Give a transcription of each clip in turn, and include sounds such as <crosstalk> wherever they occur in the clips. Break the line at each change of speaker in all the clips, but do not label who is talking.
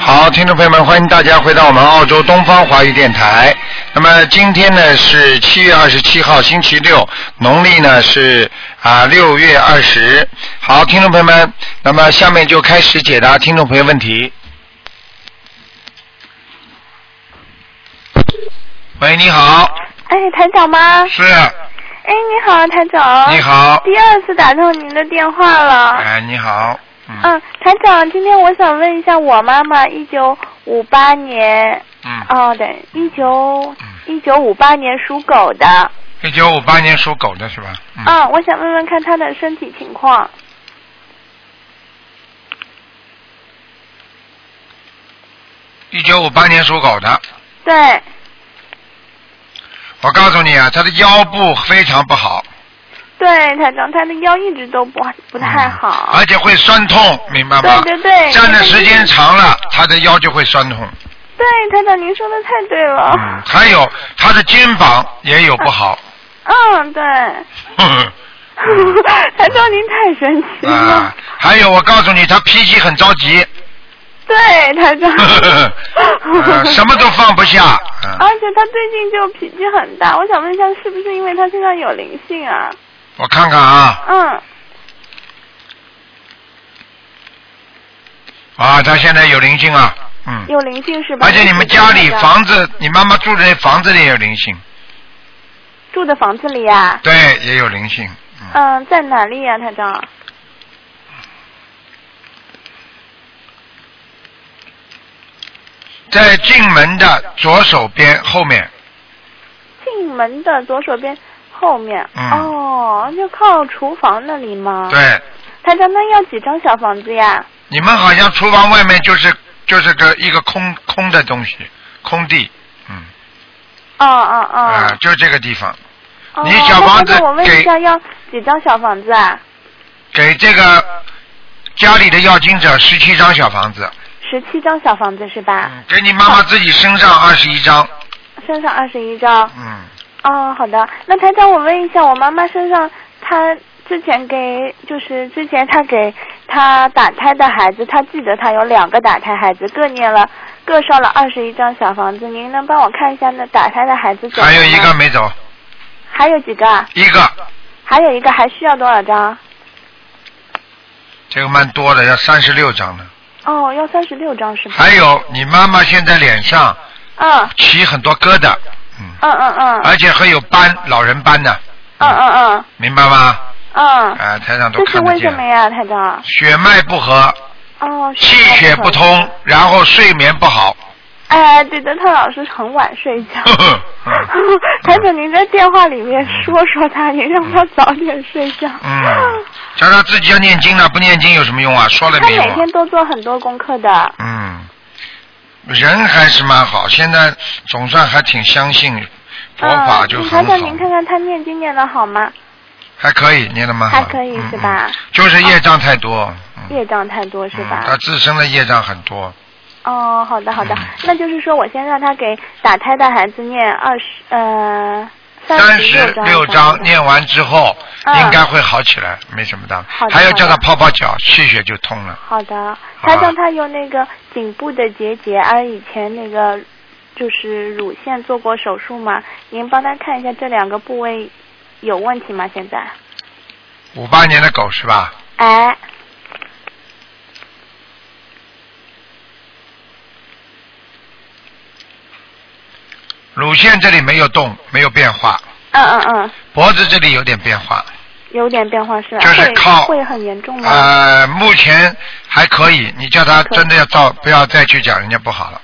好，听众朋友们，欢迎大家回到我们澳洲东方华语电台。那么今天呢是七月二十七号，星期六，农历呢是啊六、月二十。好，听众朋友们，那么下面就开始解答听众朋友问题。喂，你好，
哎，台长吗？
是，
哎，你好，台长。
你。好，
第二次打通您的电话了。
哎，你好，嗯
嗯，台长，今天我想问一下我妈妈，一九五八年，
嗯，
哦，对，一九一九五八年属狗的。
一九五八年属狗的是吧？嗯，
嗯，我想问问看她的身体情况。
一九五八年属狗的，
对，
我告诉你啊，他的腰部非常不好，
对，台长，她的腰一直都不不太好。
嗯而且会酸痛，明白吗？
对对对
站的时间长了，他的腰就会酸痛。
对，哦台长，您说的太对了。
嗯，还有他的肩膀也有不
<laughs>
好。
嗯，对。
呵嗯
<laughs> 台长，您太神奇
呵
了。
啊，还有我告诉你，他脾气很着
<laughs>
急，
对，台
<laughs>
长。
呵呵呵呃什么都放不下。嗯，
<laughs> 而且他最近就脾气很大，我想问一下，是不是因为他身上有灵性啊？
我看看啊，
嗯，
啊，他现在有灵性啊，嗯，
有灵性是吧？
而且你们家里
是吧
房子，你妈妈住的那房子里也有灵性，
住的房子里呀、
对，也有灵性。嗯，
嗯，在哪里呀、台长？
在进门的左手边后面，
进门的左手边后面。
嗯
哦，就靠厨房那里吗？。
对，
台长，那要几张小房子呀？
你们好像厨房外面就是就是个一个空空的东西，空地，嗯，
哦哦哦。
啊、就这个地方，
哦
你小房子
那台长我问
给
一下，要几张小房子啊？
给这个家里的要经者十七张小房子，
十七张小房子是吧？
嗯，给你妈
哦
妈自己身上二十一张，
身上二十一张。
嗯，
哦，好的。那台长，我问一下，我妈妈身上，她之前给，就是之前她给她打胎的孩子，她记得她有两个打胎孩子，各念了各烧了二十一张小房子。您能帮我看一下那打胎的孩子走了吗
还有一个，没走，
还有几个？啊？
一个，
还有一个还需要多少张？
这个蛮多的，要三十六张的。
哦，要三十六张是吧？
还有你妈妈现在脸上
嗯
起很多疙瘩，嗯，
嗯嗯嗯
而且还有斑，老人斑呢，
嗯嗯
明白吗？
嗯嗯，
啊，台上都
这是
看得
为什
见
么。呀，台长？
血脉不和，
哦，是
气血不
吗。
通，然后睡眠不好。
哎，对的，他老是很晚睡觉。
呵呵嗯
<laughs> 台长，您在电话里面说说他，您让他早点睡觉。
<laughs> 嗯，叫他自己要念经了，不念经有什么用啊？说了
<laughs> 他
没
每
用、啊
天。都做很多功课的。
嗯，人还是蛮好，现在总算还挺相信佛法，就
嗯，
很
台
好
长，。您看看他念经念的好吗？
还可以，念的蛮好的。
还可以
嗯
是吧哦
嗯就是业障太多。嗯
业障太多是
嗯他
吧？
自身的业障很多，
哦，好的好的
嗯，
那就是说我先让他给打胎的孩子念二十呃
三
十
十六章
章
念完之后，
嗯
应该会好起来，没什么的
好。的
还要叫
好
他
的
泡泡脚，气血就通了。
好的，
好吧
他让他有那个颈部的结节，而以前那个就是乳腺做过手术嘛，您帮他看一下这两个部位有问题吗？现在？
五八年的狗是吧？
哎，
乳腺这里没有动，没有变化，
嗯嗯嗯，
脖子这里有点变化，
有点变化是吧？
就是靠
会会很严重吗？
呃，目前还可以。你叫他
可以
真的要照，不要再去讲人家不好了，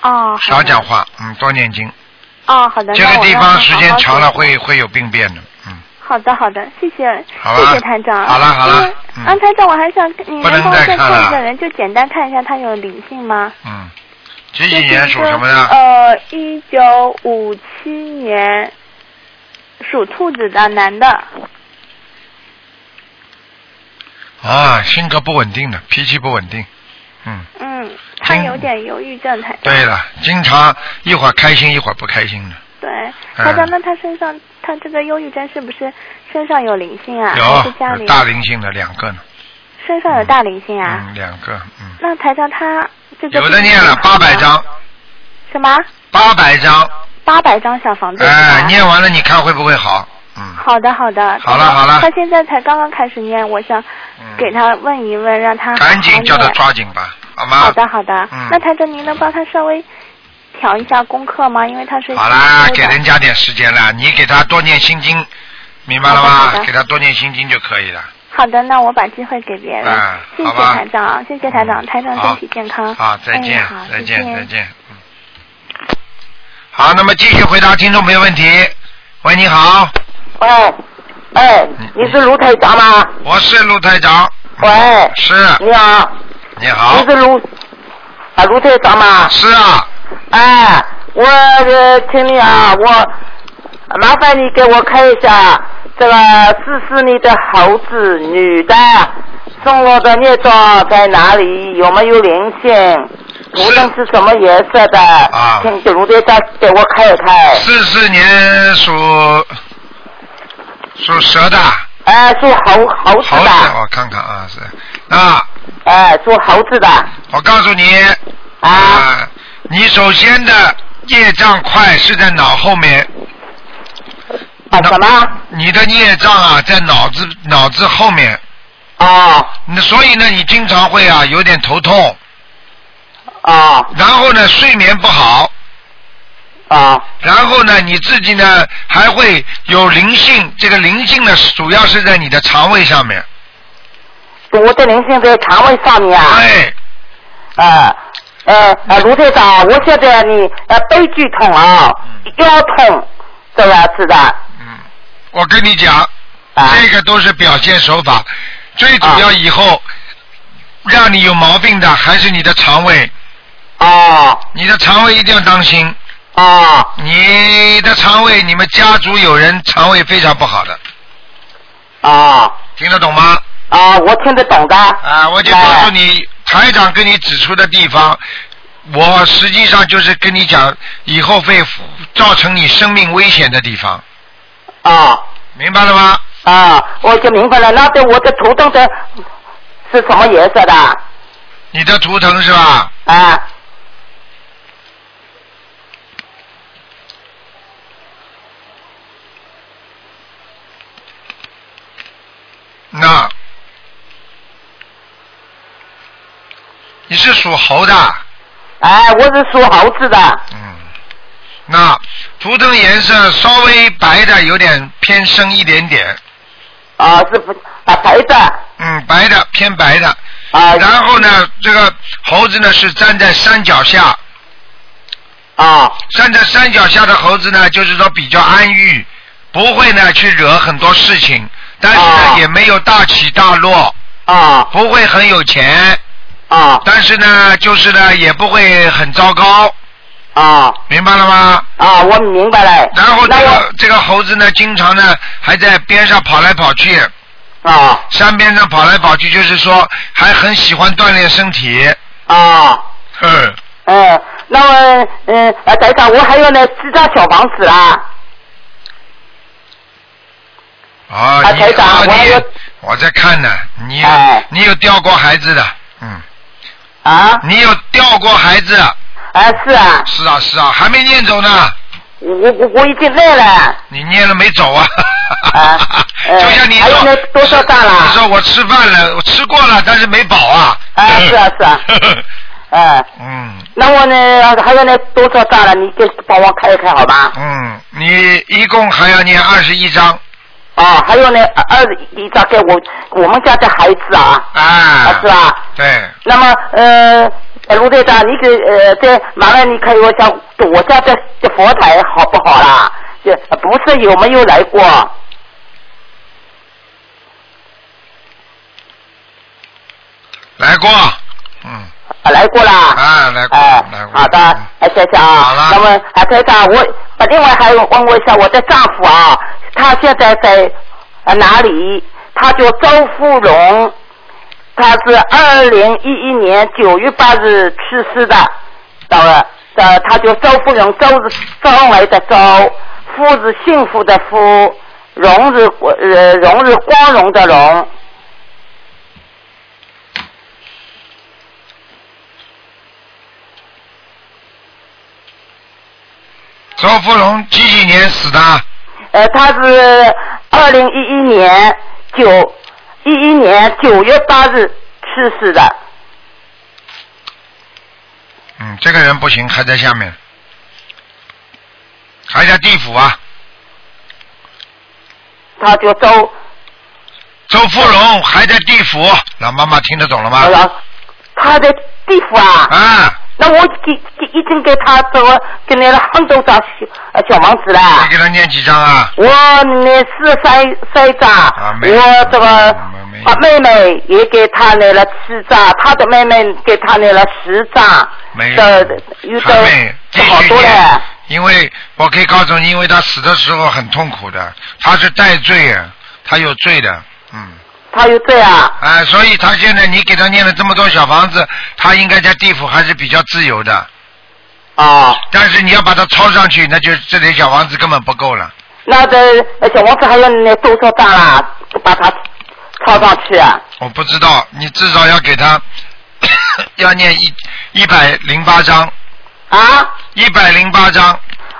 哦，好
少
的
讲。话，嗯，多念经。
哦，好的。
这个
那我
地
让
方
他
时
好
间
好
长了
做
会会有病变的，嗯，
好的，好的，谢谢，
好
谢
吧
谢台长。
好了好了嗯
嗯，啊，台长，我还想你
不
能
能
帮我
再看
再看
了
一个人，就简单看一下他有灵性吗？
嗯。几
这
几
是
年属
一个
什么的？
呃，一九五七年属兔子的男的。
啊，性格不稳定的，脾气不稳定，嗯。
嗯，他
嗯
有点忧郁症，台长。
对了，经常一会儿开心一会儿不开心的，
对，
嗯
台长，那他身上，他这个忧郁症是不是身上有灵性啊？还是家
有
里
大灵性的两个呢，
身上有大灵性啊？
嗯，两个，嗯，
那台长他这个
有的念了八百
啊
张，
什么？
八百张，
八百张小房子是吧？
哎，念完了你看会不会
啊
好？嗯，
好的好的。
好了好了
他现在才刚刚开始念，我想
嗯
给他问一问，让他
赶紧叫他
好好念
抓紧吧，好吗？
好的好的，
嗯
那台长您能帮他稍微调一下功课吗？因为他是
好啦，
新
给
修的
人家点时间啦，你给他多念心经，明白了
好的好
吗？
的
给他多念心经就可以了。
好的，那我把机会给别人。
嗯
谢谢
好吧嗯
台长，谢谢台长，台长
好
身体健康。
好，再见
哎、好，
再见，再
见。
见。嗯。好，那么继续回答听众朋友问题。喂，你好，
喂，哎，你是卢台长吗？
我是陆台长。
喂，
是，
你好，
你好
你，是卢啊卢台长吗？
是啊，
哎，我呃，请你啊，我麻烦你给我看一下这个四四年的猴子女的送我的孽障在哪里？有没有灵性？
是
无论是什么颜色的，
啊
请卢台长给我看一看。
四四年属属蛇的
哎，是猴猴子
猴子，
的，
我看看啊，是啊，
哎，是猴子的
我告诉你
啊。
啊，你首先的业障块是在脑后面，
啊
那
什么？
你的业障啊在脑子脑子后面，
哦
那所以呢，你经常会啊有点头痛，
哦
然后呢睡眠不好，
哦
然后呢你自己呢还会有灵性，这个灵性呢主要是在你的肠胃上面，
我的灵性在肠胃上面啊。
对，
呃呃呃，卢队长，我现在你呃悲剧痛啊，腰痛这样子的啊。
嗯，我跟你讲，这个都是表现手法，最主要以
啊
后、让你有毛病的还是你的肠胃，
哦
你的肠胃一定要当心。
哦
你的肠胃，你们家族有人肠胃非常不好的，
哦
听得懂吗？
哦，我听得懂的。
啊，我就告诉你，台长跟你指出的地方，我实际上就是跟你讲，以后会造成你生命危险的地方，
啊
明白了吗？
啊，我就明白了。那对我的头痛的是什么颜色的？
你的图腾是吧？
啊
那，你是属猴的，
哎，我是属猴子的。
嗯，那图腾颜色稍微白的，有点偏深一点点，
啊，是不啊白的
嗯，白的偏白的，
啊
然后呢，这个猴子呢是站在山脚下，
啊
站在山脚下的猴子呢，就是说比较安逸，不会呢去惹很多事情，但是呢、
哦
也没有大起大落，
啊
不会很有钱，
啊
但是呢就是呢也不会很糟糕，
啊
明白了吗？
啊！我明白了。
然后这
那我
个这个猴子呢，经常呢还在边上跑来跑去，
啊
山边上跑来跑去，就是说还很喜欢锻炼身体。
啊，
嗯，
嗯，那么嗯，呃，等一下，我还有呢，几张小房子啊？
啊，
啊
你
台长
啊
我还
你
有，
我在看呢，你有
哎
你有掉过孩子的，嗯，
啊？
你有掉过孩子，
啊，是啊，
是啊是啊，还没念走呢，
我我我已经累了。
你念了没走啊？
啊呃
就像你
还有
说
那多少张了
你说我吃饭了，我吃过了，但是没饱啊。
啊
<laughs>
是啊是啊嗯，
嗯
那我呢还有呢多少张了？你给帮我看一看好吧？
嗯，你一共还要念二十一章，
啊，还有呢二二十一张给我我们家的孩子啊，
啊
啊是吧？
对，
那么呃，呃卢队长，你给呃，这麻烦你看我想我家的这佛台好不好啦？这不是有没有来过？啊
来过，嗯，
啊来过啦。
啊来过
哎
来过
好的
嗯，
哎，谢谢啊。
好了
那么，啊，台长，我啊，另外还有问我一下，我的丈夫啊，他现在在呃哪里？他叫周富荣，他是二零一一年九月八日去世的，到了，呃，他叫周富荣，周是周围的周，富是幸福的富，荣是呃荣是光荣的荣。
周福龙几几年死的？
呃，他是二零一一年九一一年九月八日去世的。
嗯，这个人不行，还在下面，还在地府啊。
他叫周，
周福龙还在地府，老妈妈听得懂了吗
哎？呀，他的地府啊。
啊，
那我给给已经给他这个给那了很多张小呃小房子了。
你给他念几张啊？
我那是三三张，
没
我这个
没没
啊妹妹也给他那了七张，他的妹妹给他那了十张，
没有，
这有
还
的
没，啊继
这好
续
多嘞。
念。因为我可以告诉你，因为他死的时候很痛苦的，他是带罪啊，他有罪的，嗯，
他啊又这样，
哎，所以他现在你给他念了这么多小房子，他应该在地府还是比较自由的，
啊，
但是你要把他抄上去，那就这里小房子根本不够了，
那这呃小王子还要那多少张啦？把它抄上去啊？
我不知道，你至少要给他 <coughs> 要念一一百零八章，
啊？
一百零八章，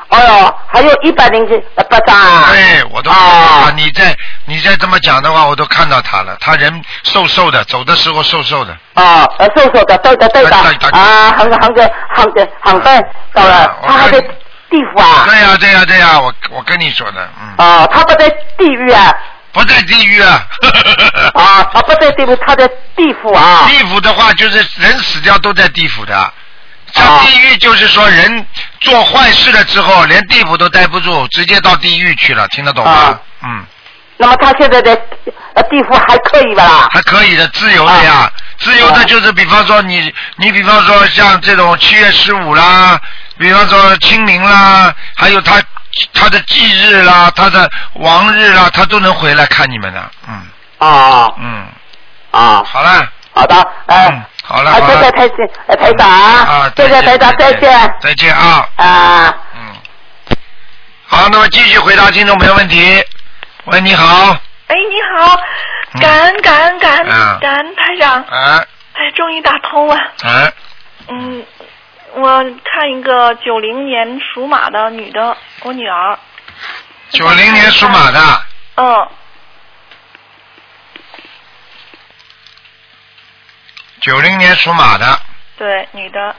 哎呦，还有一百零八张啊？
对，我都看到了。啊你再你再这么讲的话，我都看到他了。他人瘦瘦的，走的时候瘦瘦的。
哦，呃，瘦瘦的，对的，对的
对对，对
啊，很很个很个很笨，到了
啊，我
他还在
看
地府啊，
对呀、对呀、对呀、我我跟你说的，嗯，
哦，他不在地狱啊，
不在地狱啊。
啊，他不在地狱，他在地府啊，
地府的话，就是人死掉都在地府的。像
啊
地狱就是说，人做坏事了之后，连地府都待不住，直接到地狱去了，听得懂吗
啊？
嗯，
那么他现在在呃地府还可以吧啦？
还可以的，自由的呀
啊，
自由的就是比方说你，你比方说像这种七月十五啦，比方说清明啦，还有他他的忌日啦，他的王日啦，他都能回来看你们的，嗯
啊
嗯，
啊，
好了，
好的，
嗯
哎，，
好了，
啊，
好
谢谢
了，
台长，呃台长
啊，，
谢谢台长，再见，
再见啊，
啊。
嗯，好，那么继续回答听众朋友问题，喂，你好，
哎，你好，感恩感恩感恩
嗯
感恩台长，
哎
哎，终于打通了。
哎，
嗯，我看一个九零年属马的女的，我女儿。
九零年属马的，
嗯，
九零年属马的，
对，女的。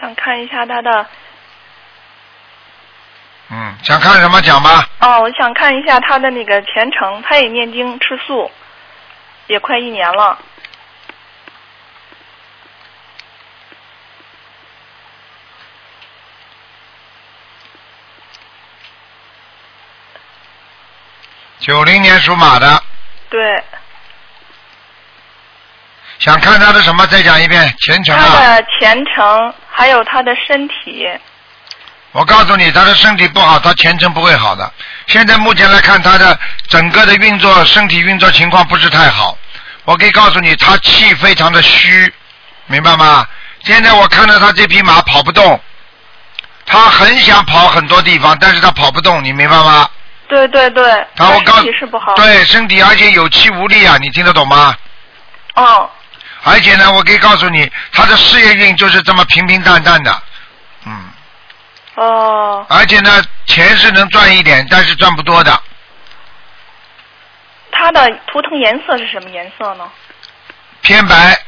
想看一下她的
嗯，想看什么讲吧。
哦，我想看一下她的那个前程，她也念经吃素，也快一年了。
九零年属马的，
对，
想看他的什么？再讲一遍前程啊！
他的前程，还有他的身体，
我告诉你，他的身体不好，他前程不会好的。现在目前来看，他的整个的运作、身体运作情况不是太好。我可以告诉你，他气非常的虚，明白吗？现在我看到他这匹马跑不动，他很想跑很多地方，但是他跑不动，你明白吗？
对对对，
他啊我
身
告
体是不好，，
对身体，而且有气无力啊，你听得懂吗？
嗯，
而且呢，我可以告诉你，他的事业运就是这么平平淡淡的，嗯，
哦，
而且呢，钱是能赚一点，但是赚不多的，
他的图腾颜色是什么颜色呢？
偏白。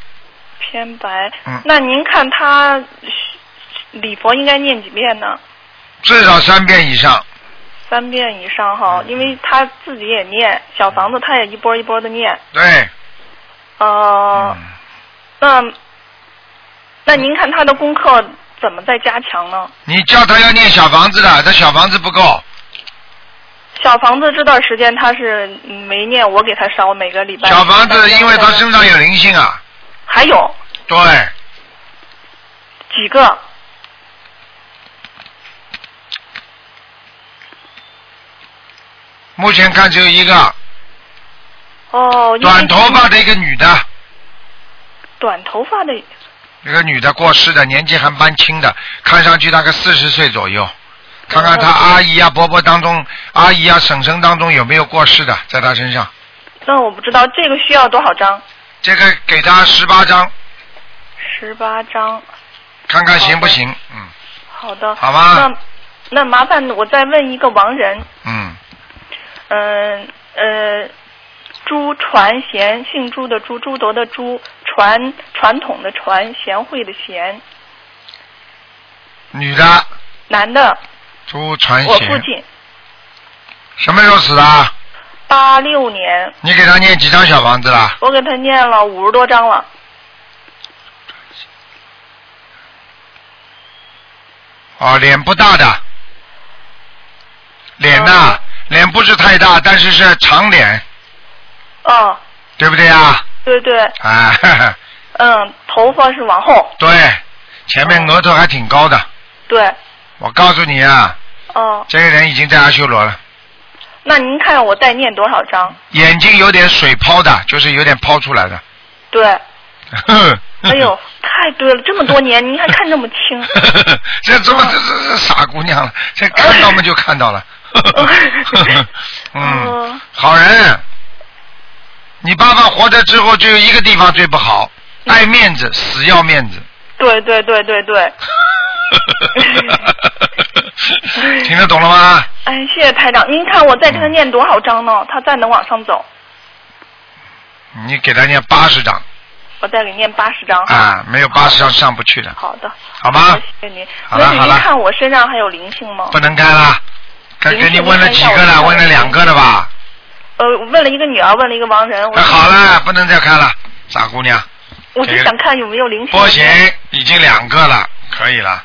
偏白。
嗯
那您看他礼佛应该念几遍呢？
至少三遍以上。
三遍以上哈，
嗯
因为他自己也念小房子，他也一波一波的念。
对，
呃，
嗯，
那那您看他的功课怎么再加强呢？
你叫他要念小房子的，他小房子不够，
小房子这段时间他是嗯没念，我给他烧每个礼拜。
小房子因为他身上有灵性啊，
还有
对，
几个
目前看只有一个
哦，因为
短头发的一个女的，
短头发的
这个女的过世的，年纪还蛮轻的，看上去大概四十岁左右。看看她阿姨啊、伯伯当中，阿姨啊、婶婶当中有没有过世的，在她身上。
那我不知道这个需要多少张？
这个给她十八张，
十八张。
看看行不行？嗯
好的。
好吧
那那麻烦我再问一个亡人，
嗯，
嗯呃，朱传贤，姓朱的朱，朱德的朱，传传统的传，贤惠的贤，
女的
男的，
朱传
我父
贤，
亲，
什么时候死的啊？
八六年，
你给她念几张小房子啦？
我给他念了五十多章了，
哦，脸不大的，脸呐、
哦
脸不是太大，但是是长脸，
嗯，
对不对啊？
对对，
啊， <laughs> 呵呵
嗯，头发是往后，
对，前面额头还挺高的。
对，
我告诉你啊，
嗯，
这个人已经在阿修罗了，
那您看我再念多少章？
眼睛有点水泡的，就是有点泡出来的。 <laughs>
对，哎呦，太对了，这么多年您还看这
<laughs>
么清，
这这么这这这傻姑娘了，这看到嘛就看到了。嗯
嗯，
好人。你爸爸活着之后就有一个地方最不好，爱面子，死要面子。
对对对对对，
<laughs> 听得懂了吗？
哎，谢谢台长，您看我再给他念多少章呢？他再能往上走，
你给他念八十张
我再给念八十章。
啊，没有八十张上不去的，
好的，
好吗？
谢谢您。
好了
那是
好
您
了
看我身上还有灵性吗
不？能干了。刚给你问了几个了？问了两个了吧？
呃，我问了一个女儿，问了一个亡人，我
那啊好了，不能再看了，傻姑
<laughs>
娘。
我就想看有没有灵
不
性。
行，已经两个了，可以了，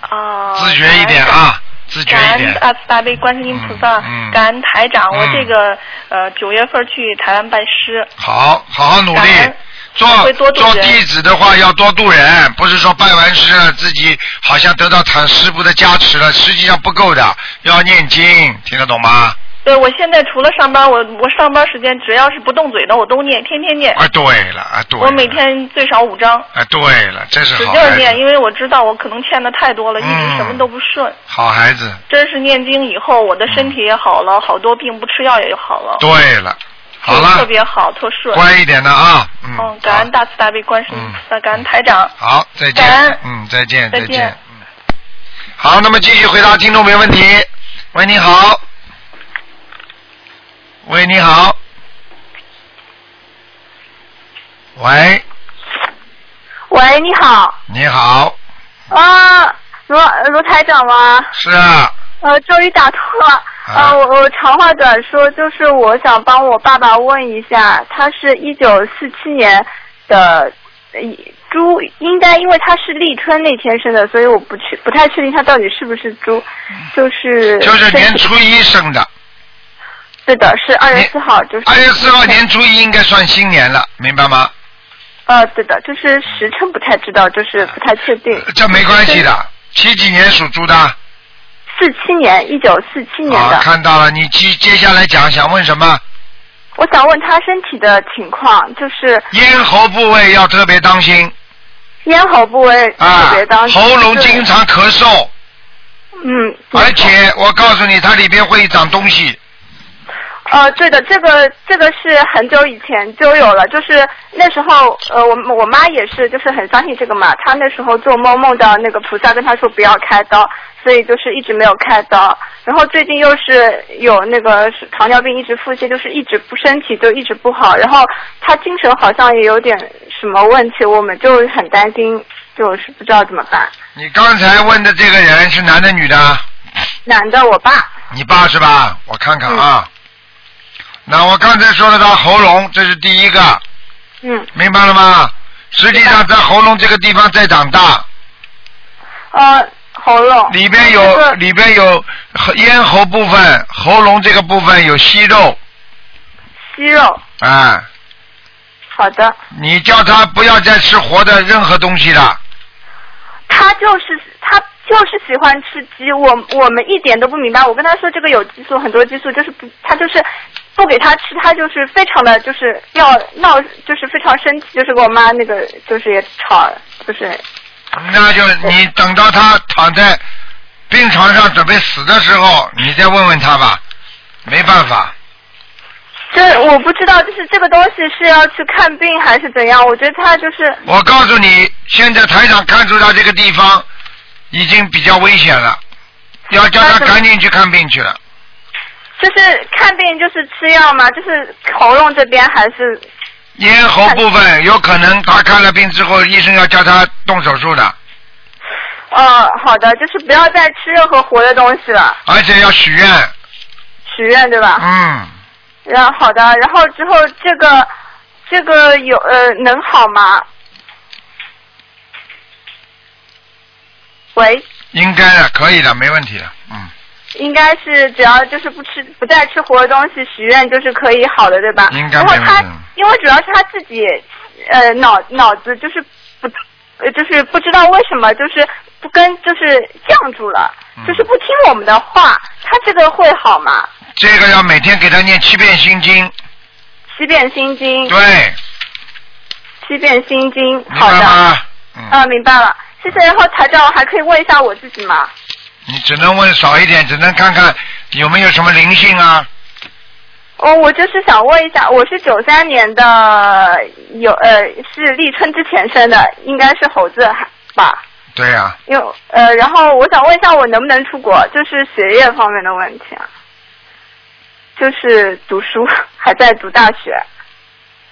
啊，
自觉一点啊，自觉
感
一
恩
点。
呃大慈大悲观世音菩萨
嗯嗯，
感恩台长。我
嗯
这个呃九月份去台湾拜师，
好，好好努力
感恩。
做
会多度
做
人
弟子的话要多度人，不是说拜完师了自己好像得到他师傅的加持了，实际上不够的，要念经，听得懂吗？
对我现在除了上班，我我上班时间只要是不动嘴的，我都念，天天念。
啊，对了，啊对了。
我每天最少五张，
啊，对了，这是
使
好
劲儿
孩
念，
子，
因为我知道我可能欠的太多了，一直
嗯
什么都不顺。
好孩子。
真是念经以后，我的身体也好了，好多病不吃药也就好了，
对了，好
特
了，
别好，特顺。
乖一点的啊，嗯，
嗯，感恩大慈大悲观世音菩萨，感恩台长。
好，好，再
感
见
恩，
嗯，再见，
再
再
见
见，嗯，好，那么继续回答听众没问题。喂，你好，喂，你好，喂，
喂，你好，
你好，
啊，卢卢台长吗？
是啊，
呃，终于打通了。
啊
呃，我我长话短说，就是我想帮我爸爸问一下，他是一九四七年的呃猪，应该因为他是立春那天生的，所以我不去不太确定他到底是不是猪，就是
就是
对
年初一生的，
对的，是二月四号，就是
二月四号年初一应该算新年了，明白吗？
呃，对的，就是时辰不太知道，就是不太确定。
这没关系的，七几年属猪的。
四七年，一九四七年的
好，，看到了，你接接下来讲想问什么？
我想问他身体的情况，就是
咽喉部位要特别当心
咽喉部位
啊
特别当，心，
喉咙
就是
经常咳嗽，
嗯，
而且我告诉你，它里边会长东西，
呃，对的，这个这个是很久以前就有了，就是那时候呃，我我妈也是，就是很相信这个嘛，她那时候做梦梦到那个菩萨跟她说不要开刀，所以就是一直没有开刀，然后最近又是有那个是糖尿病一直腹泻，就是一直不身体就一直不好，然后她精神好像也有点什么问题，我们就很担心，就是不知道怎么办。
你刚才问的这个人是男的女的？
男的，我爸，
你爸是吧？我看看
嗯
啊。那我刚才说了他喉咙，这是第一个，
嗯，
明白了吗？实际上在喉咙这个地方在长大，
呃，喉咙
里边
这
有
个
里边有和咽喉部分、喉咙这个部分有息肉，
息肉，
啊，
好的。
你叫他不要再吃活的任何东西了，
他就是他就是喜欢吃鸡，我我们一点都不明白。我跟他说这个有激素，很多激素，就是不他就是不给他吃，他就是非常的就是要闹，就是非常生气，就是跟我妈那个就是也吵，就是
那就你等到他躺在病床上准备死的时候，你再问问他吧。没办法，
这我不知道，就是这个东西是要去看病还是怎样？我觉得他就是
我告诉你，现在台长看出他这个地方已经比较危险了，要叫他
那怎么
赶紧去看病去了。
就是看病就是吃药嘛，就是喉咙这边还是
咽喉部分有可能他看了病之后，医生要叫他动手术的，
呃好的，就是不要再吃任何活的东西了，
而且要许
啊
愿。
许愿对吧？
嗯，
然后好的，然后之后这个这个有呃能好吗？喂，
应该的，可以的，没问题的。嗯，
应该是只要就是不吃不再吃活的东西，许愿就是可以好的，对吧？
应该
然
没
后
问题
他因为主要是他自己呃脑脑子就是不呃就是不知道为什么就是不跟就是犟住了，
嗯
就是不听我们的话，他这个会好吗？
这个要每天给他念七遍心经，
七遍心经，
对，
七遍心经，
明
好
白
的。
吗？
啊，
嗯，
明白了，谢谢。然后台长，我还可以问一下我自己吗？
你只能问少一点，只能看看有没有什么灵性啊。
哦，我就是想问一下，我是九三年的，有呃是立春之前生的，应该是猴子吧？
对呀、
因为呃，然后我想问一下，我能不能出国？就是学业方面的问题啊，就是读书 <laughs> 还在读大学，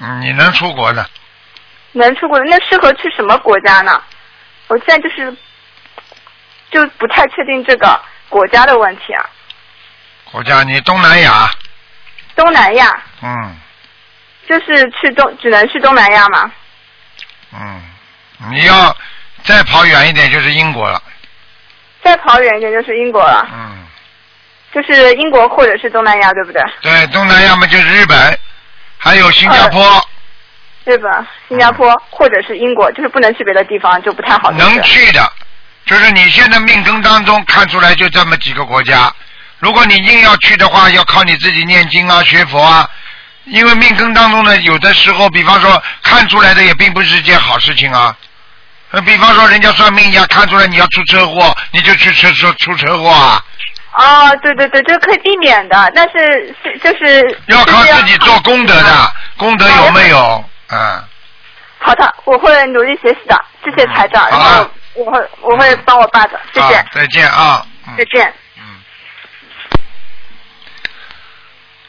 嗯你能出国的，
能出国那适合去什么国家呢？我现在就是就不太确定这个国家的问题啊，
国家你东南亚，
东南亚。
嗯
就是去东，只能去东南亚嘛。
嗯，你要再跑远一点就是英国了，
再跑远一点就是英国了，
嗯，
就是英国或者是东南亚，对不对？
对，东南亚嘛就是日本，还有新加坡，
日本、新加坡或者是英国，就是不能去别的地方，就不太好。
能
去
去的，就是你现在命根当中看出来就这么几个国家。如果你硬要去的话，要靠你自己念经啊、学佛啊，因为命根当中呢，有的时候，比方说看出来的也并不是件好事情啊。呃，比方说人家算命一样，看出来你要出车祸，你就去车车出车祸啊。
哦，对对对，这可以避免的，但是是就是
要靠自己做功德。
就是要
的，功德有没有？嗯，
好的，我会努力学习的，谢谢台长。
嗯好
然后
啊
我会我会帮我爸的，谢谢，
啊再见啊。嗯
再见。
嗯，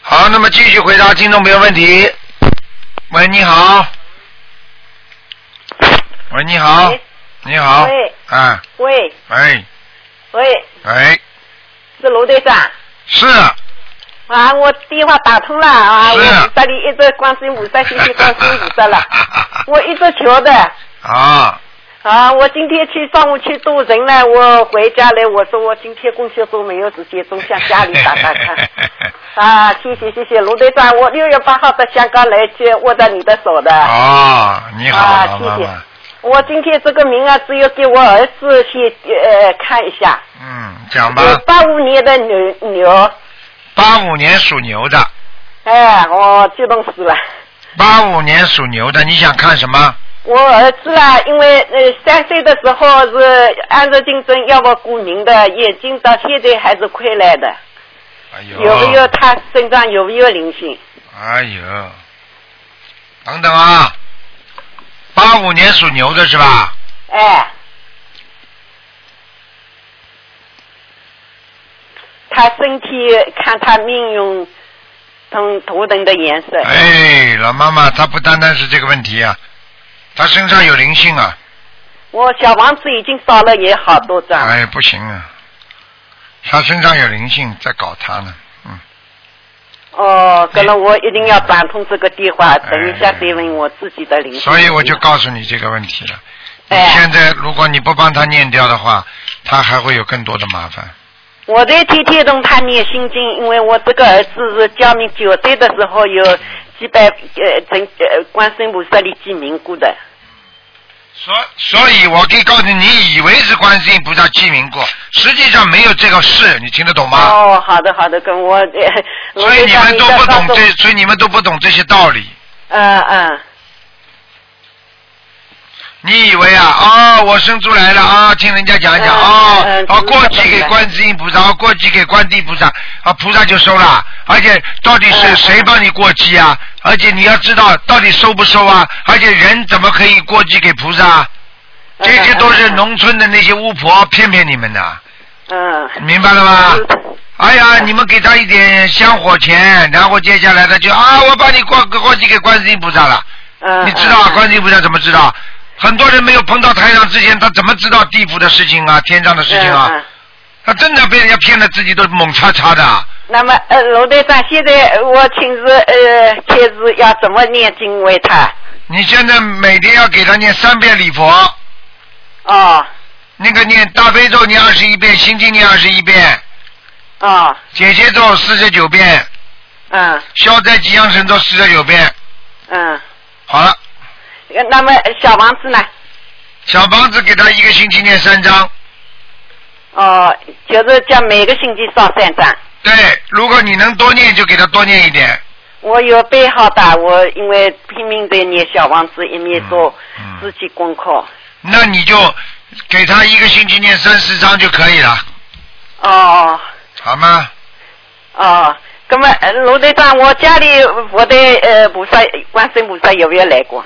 好，那么继续回答听众朋友问题。喂，你好。喂，你好
喂。
你好。
喂。
啊，
喂
喂，
喂，
喂，
是卢队长
是，
啊！我电话打通了啊！
是
我五十里一直关心五十，谢谢关心五
<laughs>
十了。我一直求的
啊，
啊！我今天去上午去渡人了，我回家来，我说我今天供销都没有时间，总向家里打
<laughs>
打看。啊，谢谢谢谢卢队长，我六月八号到香港来接握着你的手的。
啊，你好，
啊
老
谢
妈
谢
妈。
我今天这个名啊，只有给我儿子先呃看一下，
嗯，讲吧。
八五年的牛牛，
八五年属牛的，
哎，我激动死了。
八五年属牛的，你想看什么？
我儿子啦，因为呃三岁的时候是按照竞争要不过敏的，眼睛到现在还是溃烂的，
哎呦，
有没有他身上有没有灵性？
哎呦，等等啊，八五年属牛的是吧？
哎，他身体看他命运同图腾的颜色，
哎，老妈妈，她不单单是这个问题啊，她身上有灵性啊。
我小房子已经烧了也好多张，
哎，不行啊，她身上有灵性，在搞她呢。嗯，
哦，可能我一定要打通这个电话，等一下
哎
再问我自己的灵性。
所以我就告诉你这个问题了。你
哎
现在如果你不帮她念掉的话，她还会有更多的麻烦。
我在天天同他念心经，因为我这个儿子是教民九岁的时候有几百呃曾呃观世音菩萨里记名过的，
所所以，我可以告诉你，你以为是观世音菩萨记名过，实际上没有这个事，你听得懂吗？
哦，好的好的，跟我，呃
所以你们都不懂。
卢队长
这
在，
所以你们都不懂这些道理。
嗯嗯，
你以为啊啊、我生出来了啊、听人家讲一讲
嗯
啊啊，
嗯听
过
得
继
懂
给
的
观世音菩萨，啊过继给观地菩萨，啊，菩萨就收了。而且到底是
嗯
谁帮你过继啊？而且你要知道到底收不收啊？而且人怎么可以过继给菩萨啊？这些都是农村的那些巫婆骗骗你们的，
嗯。
明白了吗？
嗯
哎呀，你们给他一点香火钱，然后接下来他就啊，我把你过过继给观世音菩萨了。
嗯，
你知道啊
嗯
观世音菩萨怎么知道？很多人没有碰到台上之前，他怎么知道地府的事情啊、天上的事情啊？
嗯嗯
他真的被人家骗了，自己都猛叉叉的啊。
那么，呃，罗队长，现在呃我请示，呃，开始要怎么念经为他？
你现在每天要给他念三遍礼佛，
哦，
那个念大悲咒念二十一遍，心经念二十一遍，
哦，
姐姐咒四十九遍，
嗯
消灾吉祥神咒四十九遍。
嗯。
好了，
呃那么呃小房子呢？
小房子给他一个星期念三章。
哦，就是叫每个星期烧三张。
对，如果你能多念，就给他多念一点。
我有备好的，我因为拼命的念小房子，一面做
嗯嗯
自己功课。
那你就给他一个星期念三四章就可以了，
哦
好吗？
哦，那么呃罗队长，我家里我的呃菩萨观世音菩萨有没有来过？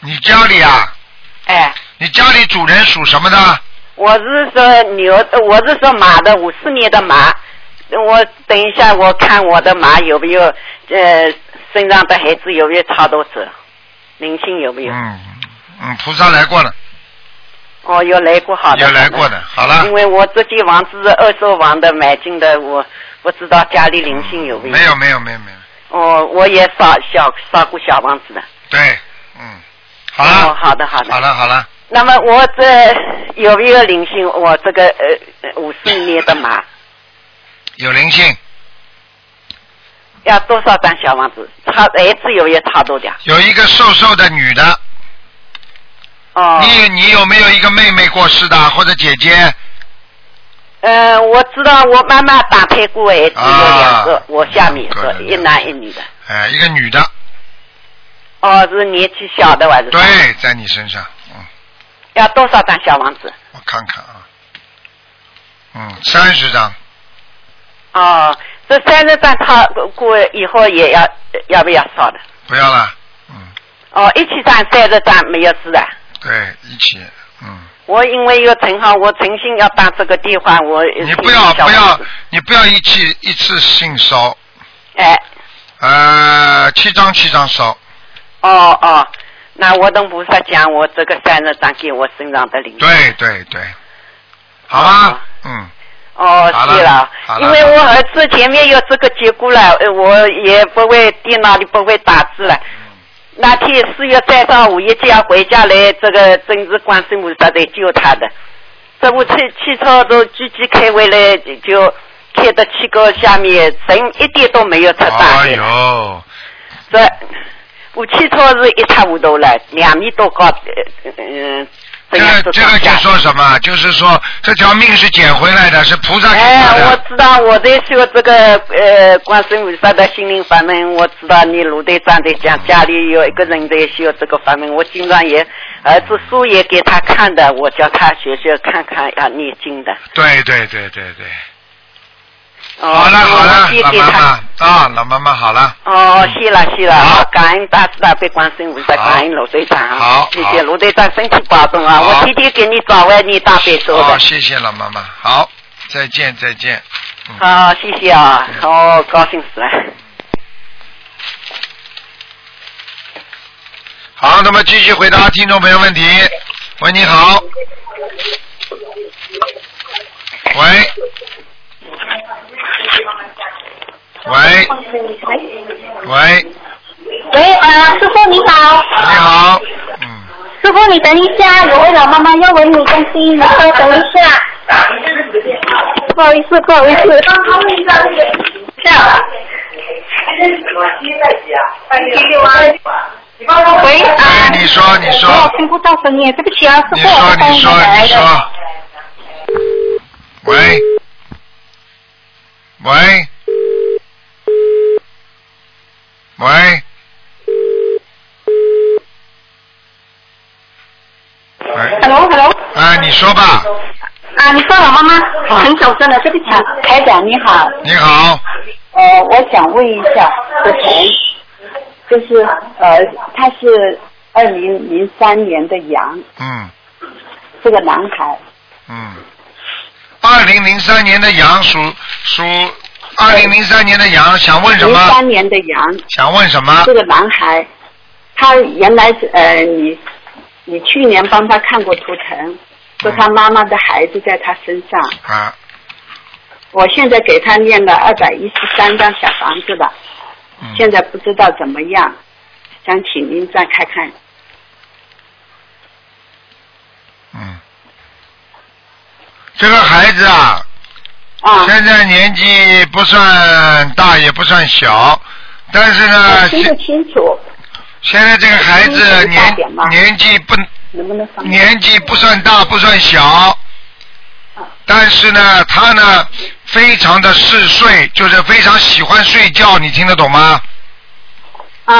你家里啊，
哎，
你家里主人属什么的？
我是说牛，呃我是说马的，五四年的马。我等一下，我看我的马有没有呃身上的孩子有没有超多者，灵性有没有？
嗯嗯，菩萨来过了，
哦，有来过好的，
也来过的。好了
因，为我这间房子是二手房的买进的，我不知道家里灵性有没有。
嗯没有。没有没有没有，
哦，我也烧小烧过小房子的。
对，嗯，好了，
哦，好的好的。
好了好了，
那么我这有没有灵性？我这个呃五十年的
<laughs>
马
有灵性，
要多少张小房子？他儿子有没有差多点？
有一个瘦瘦的女的，
哦。
你你有没有一个妹妹过世的或者姐姐？
嗯、我知道我妈妈打胎过儿子有两个，
啊
我下面
两个
是一男一女的。
哎，一个女的，
哦，是年纪小的还是？。
对，在你身上，嗯，
要多少张小房子？
我看看啊，嗯，三十张，
哦，这三十张他过以后也要要不要烧的？
不要了，嗯，
哦，一起张三十张没有事的。
对，一起，嗯。
我因为有陈浩，我诚心要打这个电话，我
你不要
小
不
房
要
子，
你不要一气一次性烧，
哎，
呃，七张七张烧，
哦哦，那我跟菩萨讲，我这个三十张给我身上的灵。
对对对，好
好
吧，嗯，
哦，
好
对
了
了
好，了
因为我儿子前面有这个结果了，呃我也不会电脑里不会打字了。
嗯
那天四月三号五一就要回家来，这个真是观世音菩萨在救他的。这部汽汽车都积极开回来，就开到七个下面，人一点都没有出大
哎
碍。
呦，
这我汽车是一塌糊涂了，两米多高，呃嗯、
这
呃，
个这个就
架。
说什么？就是说这条命是捡回来的，是菩萨给他
哎，我
的。
知道，我在修这个呃观世音菩萨的心灵法门，我知道你卢队长在讲，家里有一个人在修这个法门，我经常也儿子书也给他看的，我叫他学学看看要念经的。
对对对对对，
哦、
好了好了
我，也
老
给
妈
他。
妈啊，老妈妈好了，
哦，谢了谢了，
好
感恩大慈大悲观世音菩萨，
好
感恩卢队长啊，
好
谢
好
谢卢队长身体保重啊，
好
我天天给你早晚念大悲咒
好，
的，
哦谢谢老妈妈，好，再见再见，嗯。
好谢谢啊，哦高兴死了，
好，那么继续回答听众朋友问题。喂，你好。喂。喂。喂，
喂，啊，师傅你好，
你好。嗯，
师傅你等一下，有位老妈妈要问你东西，你稍等一下。师傅，不好意思，不好意思。
这样吧
喂啊
哎，！你说，你
我
说，
听不到声音，对不起啊，
你
是
说，
我
你
帮
说，
来
你
的。
说。喂，喂，喂，喂，
Hello Hello，
哎，你说吧，
啊，你说了妈妈，很小声的，对不起啊。
台长你好，
你好，
呃，我想问一下，我从就是呃，他是二零零三年的羊，
嗯
是个男孩，
嗯，二零零三年的羊属属，二零零三年的羊想问什
零
么？
三年的羊
想问什么
是？个男孩，他原来是呃，你你去年帮他看过图腾，说他妈妈的孩子在他身上，
啊，
我现在给他念了二百一十三张小房子了，
嗯
现在不知道怎么样，想请您再看看。
嗯，这个孩子啊，
啊，
现在年纪不算大也不算小，但是
我
呢，
听不
现
清楚，
现在这个孩子
听得大
年
点吗
年纪不
能不能放？啊
年纪不算大不算小，但是呢，他呢非常的嗜睡，就是非常喜欢睡觉，你听得懂吗？
啊，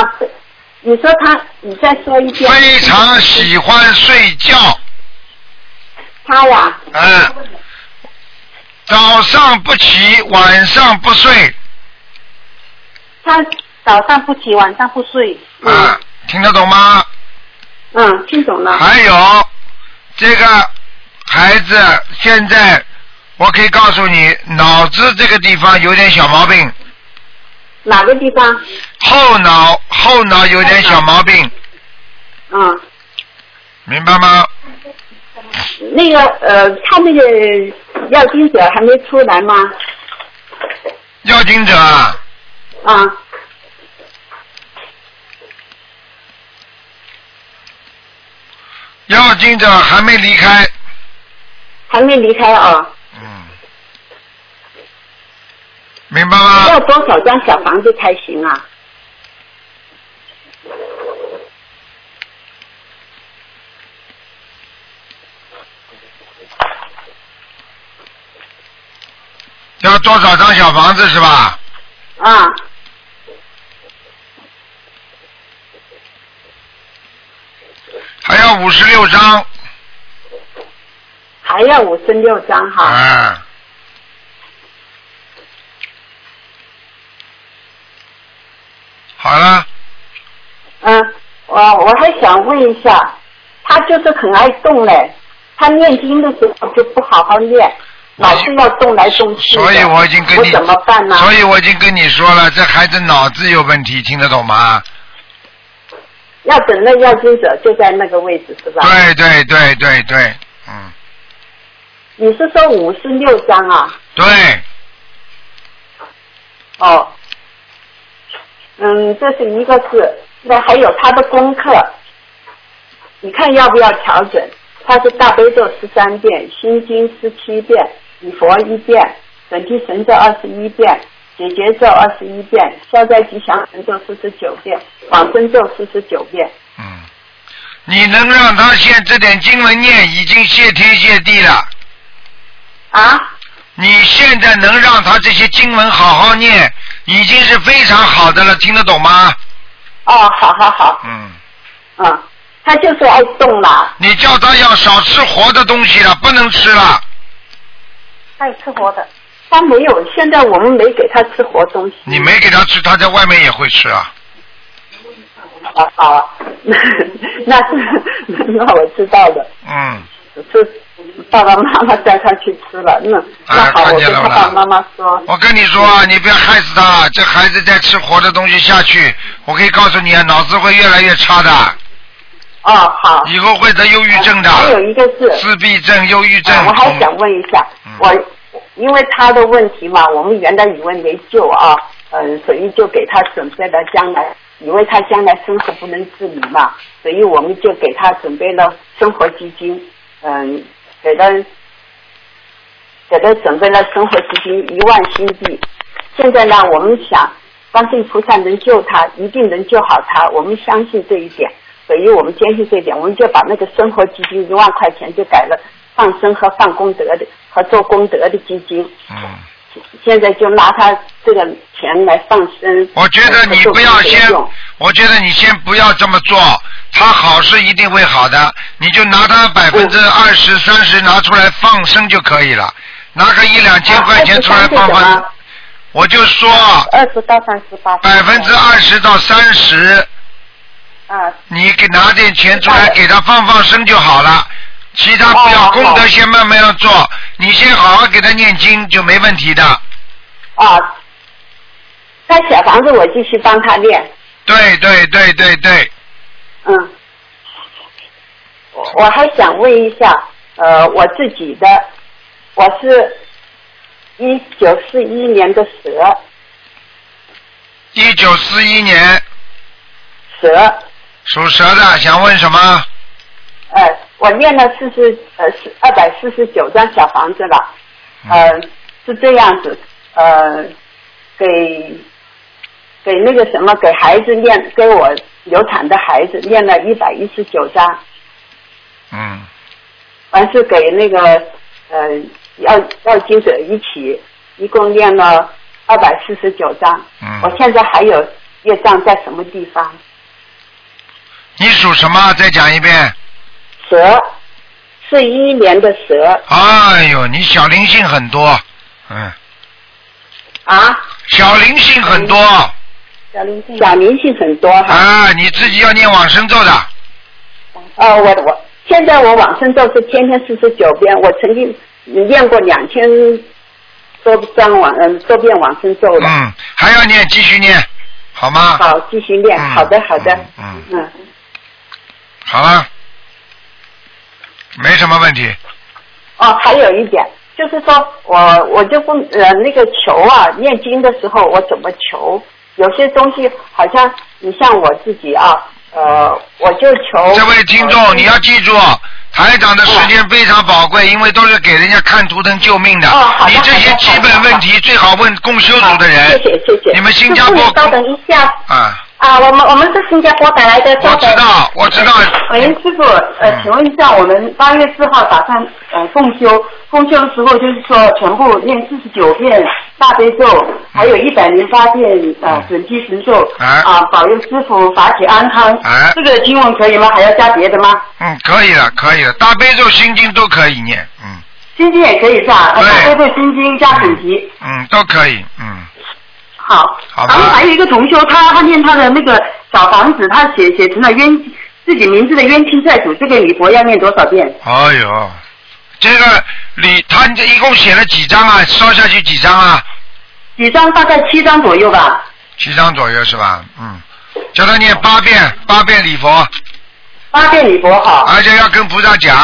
你说他，你再说一遍。
非常喜欢睡觉，
他呀，
嗯，早上不起，晚上不睡，
他早上不起，晚上不睡。嗯、
啊，听得懂吗？
嗯，听懂了。
还有这个孩子现在，我可以告诉你，脑子这个地方有点小毛病，
哪个地方？
后脑后脑有点小毛病，
嗯，
明白吗？
那个呃，他那个要经者还没出来吗？
要经者啊，
啊，
要经者还没离开，
还没离开啊、
嗯，明白吗
要？多少张小房子才行啊？
要多少张小房子是吧？
啊，
还要五十六张，
还要五十六张哈。
啊，好了。
嗯，我我还想问一下，他就是很爱动嘞，他念经的时候就不好好念，老是要动来动去的
所以我已经跟你，
我怎么办呢？
所以我已经跟你说了，这孩子脑子有问题，听得懂吗？
要等那要经者就在那个位置是吧？啊
对对对对对，嗯，
你是说五十六章啊？
对，
哦，嗯，这是一个字，那还有他的功课，你看要不要调整？他是大悲咒十三遍，心经十七遍，礼佛一遍，准提神咒二十一遍，解结咒二十一遍，消灾吉祥神咒四十九遍，往生咒四十九遍。
嗯，你能让他现这点经文念，已经谢天谢地了。
啊，
你现在能让他这些经文好好念，已经是非常好的了，听得懂吗？
哦，好好好，
嗯，
嗯，他就是爱动啦，
你叫他要少吃活的东西了，不能吃了。
爱吃活的。他没有，现在我们没给他吃活东西。
你没给他吃，他在外面也会吃啊。
啊，好，那那是 <laughs> 那我知道的，
嗯，
是爸爸妈妈带他去吃了。那、那好，
啊哎看
我
见
跟
了
爸
吧
爸妈妈说，
我跟你说啊，你不要害死他，这孩子再吃活的东西下去，我可以告诉你啊，脑子会越来越差的，
哦，好。
以后会得忧郁症
哎还有
的，
一个是，
自闭症、忧郁症
啊。我还想
嗯
问一下，
嗯
我因为他的问题嘛，我们原来以为没救啊，嗯、所以就给他准备了将来，以为他将来生活不能自理嘛，所以我们就给他准备了生活基金，嗯、给了呃给他准备了生活基金一万新币。现在呢，我们想，观世音菩萨能救他，一定能救好他，我们相信这一点，所以我们坚信这一点，我们就把那个生活基金一万块钱就改了放生和放功德的和做功德的基金。
嗯，
现在就拿他这个钱来放生。
我觉得你不要先
做功德用，
我觉得你先不要这么做，他好是一定会好的，你就拿他百分之二十、三十拿出来放生就可以了，拿个一两千块钱出来放
嗯
放。我就说
二十到三十八。
百分之二十到三十，
啊，
你给拿点钱出来给他放放生就好了，其他不要
哦
功德先慢慢要做，你先好好给他念经就没问题的。
啊，他小房子我继续帮他练，
对对对对对，
嗯。我我还想问一下，呃，我自己的，我是一九四一年的蛇
一九四一年
蛇，
属蛇的，想问什么？
呃，我练了四十呃四二百四十九张小房子了，呃，是这样子，呃，给给那个什么给孩子练，给我流产的孩子练了一百一十九张。
嗯，
完是给那个呃要要经者一起，一共念了二百四十九章。
嗯
我现在还有业障在什么地方？
你属什么？再讲一遍。
蛇，是一年的蛇
哎呦，你小灵性很多，嗯，
啊，
小灵性很多
小灵性很多哈。
啊，你自己要念往生咒的。
哦，我我现在我往生咒是天天四十九遍，我曾经念过两千多张往嗯多遍往生咒了。
嗯，还要念，继续念，好吗？
好，继续念。
嗯
好的，好的。
嗯
嗯，
好了，没什么问题。
哦，还有一点就是说我我就不呃那个求啊，念经的时候我怎么求？有些东西好像你像我自己啊，呃，我就求
这位听
哦
众，你要记住，台长的时间非常宝贵，因为都是给人家看图腾救命的。
哦好的
你这些基本问题最好问共修组的人。
谢谢谢谢。
你们新加坡
师傅你稍等一下
啊，
啊，我们我们是新加坡赶来的，稍
我
等
知。道，我知道。
喂，哎师傅，
嗯
呃，请问一下，我们八月四号打算呃共修，共修的时候就是说全部念四十九遍大悲咒，还
嗯
有一百零八遍呃准提神咒，
哎
啊，保佑师傅法体安康。
哎
这个经文可以吗？还要加别的吗？
嗯，可以了，可以了，大悲咒、心经都可以念，嗯
心经也可以是吧？呃
对
大悲咒心经加准提。
嗯，都可以，嗯。
好，
好吧
然后还有一个同修，他他念他的那个小房子，他写写成了冤自己名字的冤亲债主，这个礼佛要念多少遍？
哎呦，这个李他这一共写了几张啊？烧下去几张啊？
几张？大概七张左右吧。哦
七张左右是吧？嗯，叫他念八遍，八遍礼佛，
八遍礼佛好。
而且要跟菩萨讲，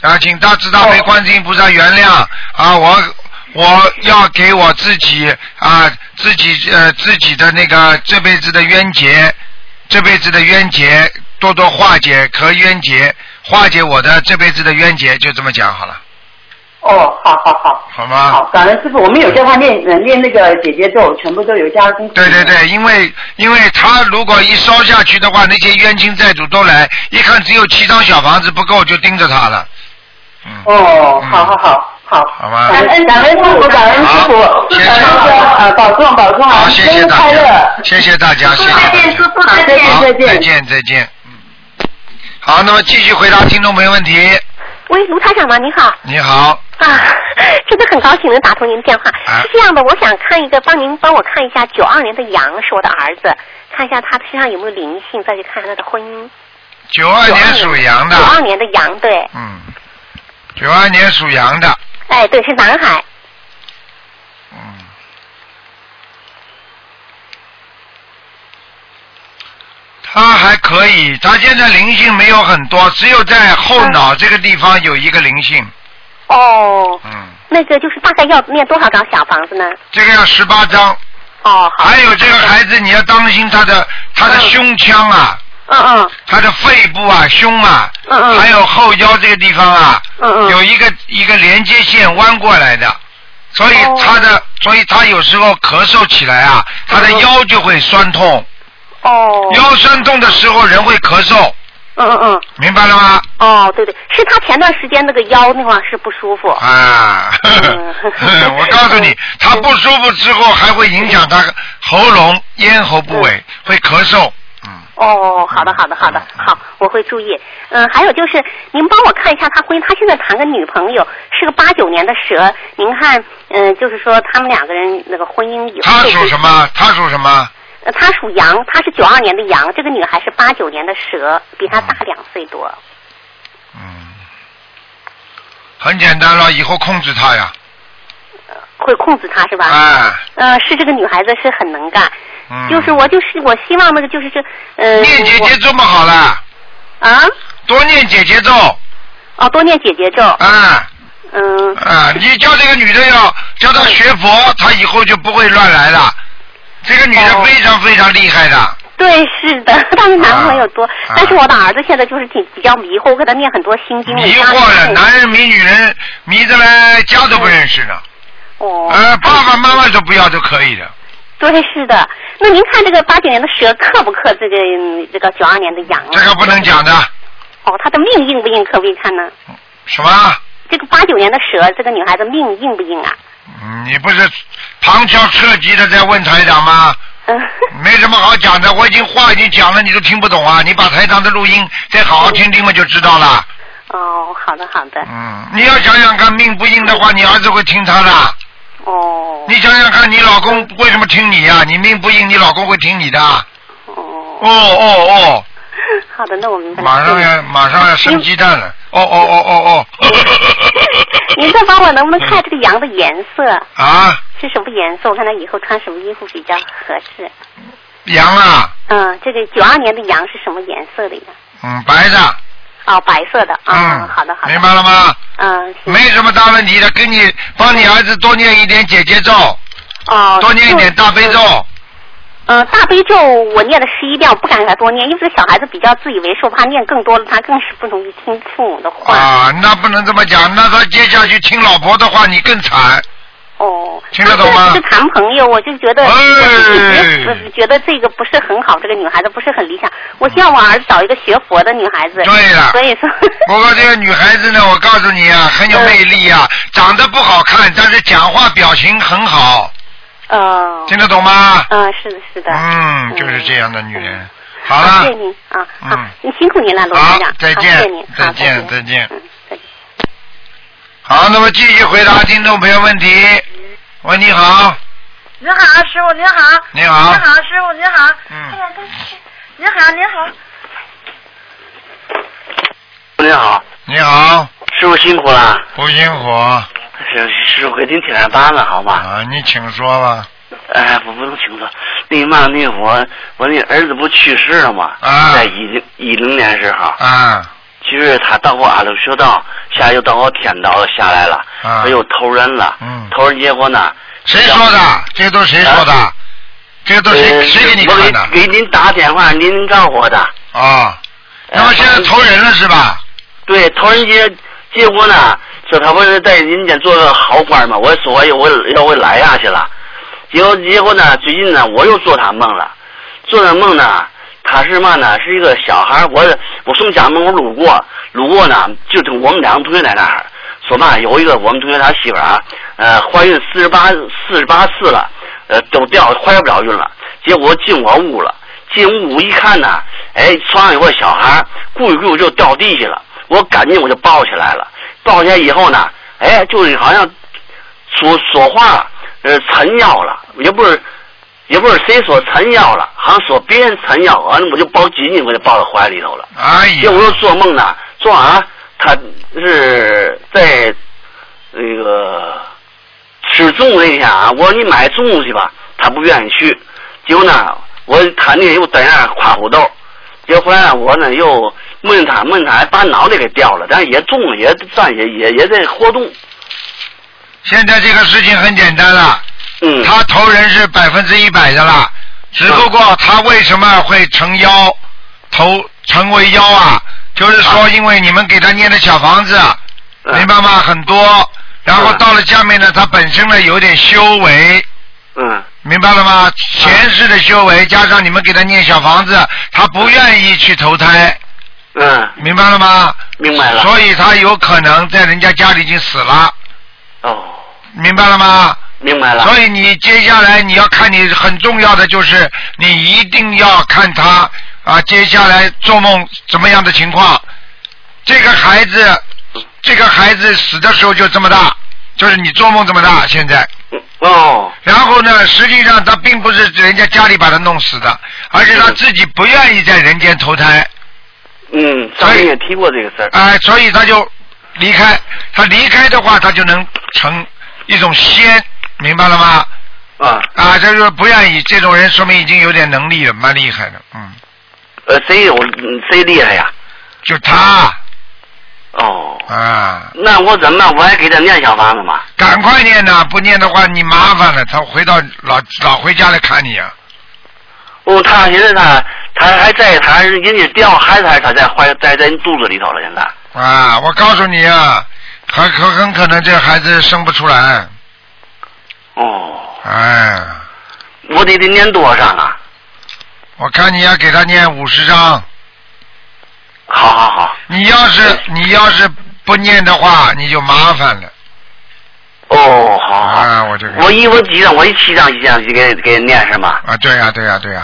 啊，请大慈大悲观世音菩萨原谅啊，我我要给我自己啊自己呃自己的那个这辈子的冤结，这辈子的冤结多多化解和冤结，化解我的这辈子的冤结，就这么讲好了，
哦，好好好。
好吗？嗯
好，感恩师傅，我们有叫他念呃念那个姐姐咒，全部都有加功。
对对。对，因为因为他如果一烧下去的话，那些冤亲债主都来，一看只有七张小房子不够，就盯着他了。嗯，
哦，
嗯
好好好好。
好吧
感恩感恩师傅，感恩师傅，
好谢谢
感恩师傅，呃，保重保重啊，
好，谢
生
谢
日
大
快
家
乐，。
谢谢大家，谢谢
再
大
见，师
家。
傅再见
好，
再
再
见。
见再见。嗯，好，那么继续回答听众朋友问题。
喂，卢台长吗？您好 <laughs>
你好，
啊，真的很高兴能打通您的电话。
啊
是这样的，我想看一个，帮您帮我看一下九二年的羊是我的儿子，看一下他身上有没有灵性，再去看看他的婚姻。
九二年属羊
九二
的，
年的羊，对，
嗯，九二年属羊的，
哎，对，是男孩。
嗯，他还可以，他现在灵性没有很多，只有在后
啊
脑这个地方有一个灵性。
哦，
嗯，
那个就是大概要念多少张小房子呢？
这个要十八张。
哦，好。
还有这个孩子，你要当心他的他的胸腔啊，
嗯嗯，
他的肺部啊、胸啊，
嗯嗯
还有后腰这个地方啊，
嗯嗯
有一个一个连接线弯过来的，所以
哦
他的，所以他有时候咳嗽起来
嗯
啊，他的腰就会酸痛，
哦，
腰酸痛的时候人会咳嗽，
嗯嗯嗯，
明白了吗？
哦，对对，是他前段时间那个腰那块儿是不舒服。嗯
啊， <laughs> 我告诉你，他不舒服之后还会影响
嗯
他喉咙、咽喉部位，会咳嗽。
哦，好的，好的，好的，
嗯
好，我会注意。嗯，还有就是，您帮我看一下他婚姻，他现在谈个女朋友是个八九年的蛇，您看，嗯、就是说他们两个人那个婚姻有。
他属什么？他属什么？
呃？他属羊，他是九二年的羊，这个女孩是八九年的蛇，比他
嗯
大两岁多。
很简单了，以后控制他呀。
会控制她是吧？
啊。
呃，是这个女孩子是很能干，
嗯。
就是我就是我希望那个就是这呃。
念姐姐这么好了。
啊？
多念姐姐咒。
哦，多念姐姐咒。
啊。
嗯。
啊，你叫这个女的要叫她学佛，她以后就不会乱来了。这个女
哦
的非常非常厉害的。
对，是的，但是男朋友
啊
多，但是我的儿子现在就是挺比较迷惑，我给他念很多心经。
迷惑了，男人迷女人迷的嘞，家都不认识呢。
哦。
呃，爸爸妈妈都不要都可以的。
对，是的。那您看这个八九年的蛇克不克这个嗯这个九二年的羊啊？
这个不能讲的。
哦，他的命硬不硬？可不可以看呢？
什么？
这个八九年的蛇，这个女孩子命硬不硬啊？
嗯你不是旁敲侧击的在问台长吗？
嗯
没什么好讲的，我已经话已经讲了，你都听不懂啊！你把台长的录音再好好听听嘛，就知道了。
哦，好的好的。
嗯你要想想看，命不硬的话，你儿子会听他的。
哦。
你想想看，你老公为什么听你呀、你命不硬，你老公会听你的。哦。哦
<laughs> 好的，那我明
哦，
白了。
马上
嗯
要马上要生鸡蛋了。哦哦哦哦哦。
您再帮我能不能看这个羊的颜色
啊，
是什么颜色？我看他以后穿什么衣服比较合适。
羊啊，
嗯，这个九二年的羊是什么颜色的呀？
嗯，白的，
哦，白色的。啊、
嗯
好的好的。
明白了吗？
嗯，
没什么大问题的，给你帮你儿子多念一点姐姐咒，
哦。
多念一点大悲咒。
嗯，大悲咒我念了十一遍，我不敢给他多念，因为这小孩子比较自以为是，我怕念更多了，他更是不容易听父母的话。
啊，那不能这么讲，那他接下去听老婆的话，你更惨。
哦，
听得懂吗
是谈朋友，我就觉得，
哎
我就觉得这个不是很好，这个女孩子不是很理想。我希望我儿子找一个学佛的女孩子。
对了
所以说，
不过这个女孩子呢，我告诉你啊，很有魅力啊，长得不好看，但是讲话表情很好，
呃，
听得懂吗？
嗯、是的，是的。
嗯，就是这样的女人。好了
<laughs> 谢谢，您啊，好
嗯，
您辛苦您了，罗先生，
再
好
见
谢谢您，，
再
好，
见，再见。好，那么继续回答听众朋友问题。喂，你好，
您好，师傅您好。
你好
您好，师傅您好。
嗯
哎呀，但是您好，您好。
您好，
你好，
师傅辛苦了。
不辛苦。
师师傅给您请点班了，好吗？
啊，你请说吧。
哎，我不能请说。那嘛，那我我那儿子不去世了吗？
啊
在一零一零年时候，
啊
去世他到过阿耨修道，下来又到过天道了，下来了，
啊
他又投人了。
嗯
投人结果呢？
谁说的？这都谁说的？这都谁、
呃
谁给你看的
我？给给您打电话，您告我的。
啊，那么现在投人了是吧？
对，头人节结果呢，说他不是在人间做个好官嘛，我说我要我来下去了，结果结果呢，最近呢我又做他梦了，做他梦呢，他是嘛呢，是一个小孩儿，我我从家门口路过，路过呢就跟我们两个同学在那儿说嘛，有一个我们同学他媳妇儿啊，呃，怀孕四十八四十八次了，呃，都掉怀不了孕了，结果进我屋了。进屋一看呢，哎，床上有个小孩儿，咕噜咕噜就掉地下了。我赶紧我就抱起来了，抱起来以后呢，哎，就是好像说说话呃沉腰了，也不是也不是谁说沉腰了，好像说别人沉腰，完了我就抱紧紧我就抱到怀里头了。
哎呀
结果我又做梦呢，做啊，他是在那个吃粽子那天啊，我说你买粽子去吧，他不愿意去。结果呢，我他那又在那儿夸胡豆，结果回来我呢又闷他闷他，把脑袋给掉了，但是也中了，也站也也也在活动。
现在这个事情很简单了。
嗯。
他
嗯
投人是百分之一百的啦，只不过他为什么会成妖？头成为妖啊，就是说
嗯
因为你们给他念的小房子，明白吗？很多，然后到了下面呢，他本身呢有点修为，
嗯，
明白了吗？前世的修为加上你们给他念小房子，他不愿意去投胎，
嗯，
明白了吗？
明白了
所以他有可能在人家家里已经死了，
哦，
明白了吗？
明白了。
所以你接下来你要看你很重要的就是你一定要看他啊，接下来做梦怎么样的情况。这个孩子，这个孩子死的时候就这么大，就是你做梦这么大。现在，
哦，
然后呢，实际上他并不是人家家里把他弄死的，而且他自己不愿意在人间投胎，
嗯，上面也提过这个事儿。
哎、所以他就离开。他离开的话，他就能成一种仙，明白了吗？
啊，
啊，这就是不愿意，这种人说明已经有点能力了，蛮厉害的，嗯，
呃，谁有嗯谁厉害呀？
就他
哦，
啊，
那我怎么办？我还给他念小房子吗？
赶快念呐，不念的话你麻烦了，他回到老老回家来看你啊，
哦，他现在他他还在，他还是人家掉孩子，还是他在怀在在人肚子里头了，现在。
啊，我告诉你啊，很很很可能这孩子生不出来，
哦，
哎，
我得得念多少章啊？
我看你要给他念五十章，
好好好，
你要是你要是不念的话，你就麻烦了，
哦，好好。
啊，我这个
我一我几张，我一七张一张就给给念是吗？
啊，对呀、对呀、对呀、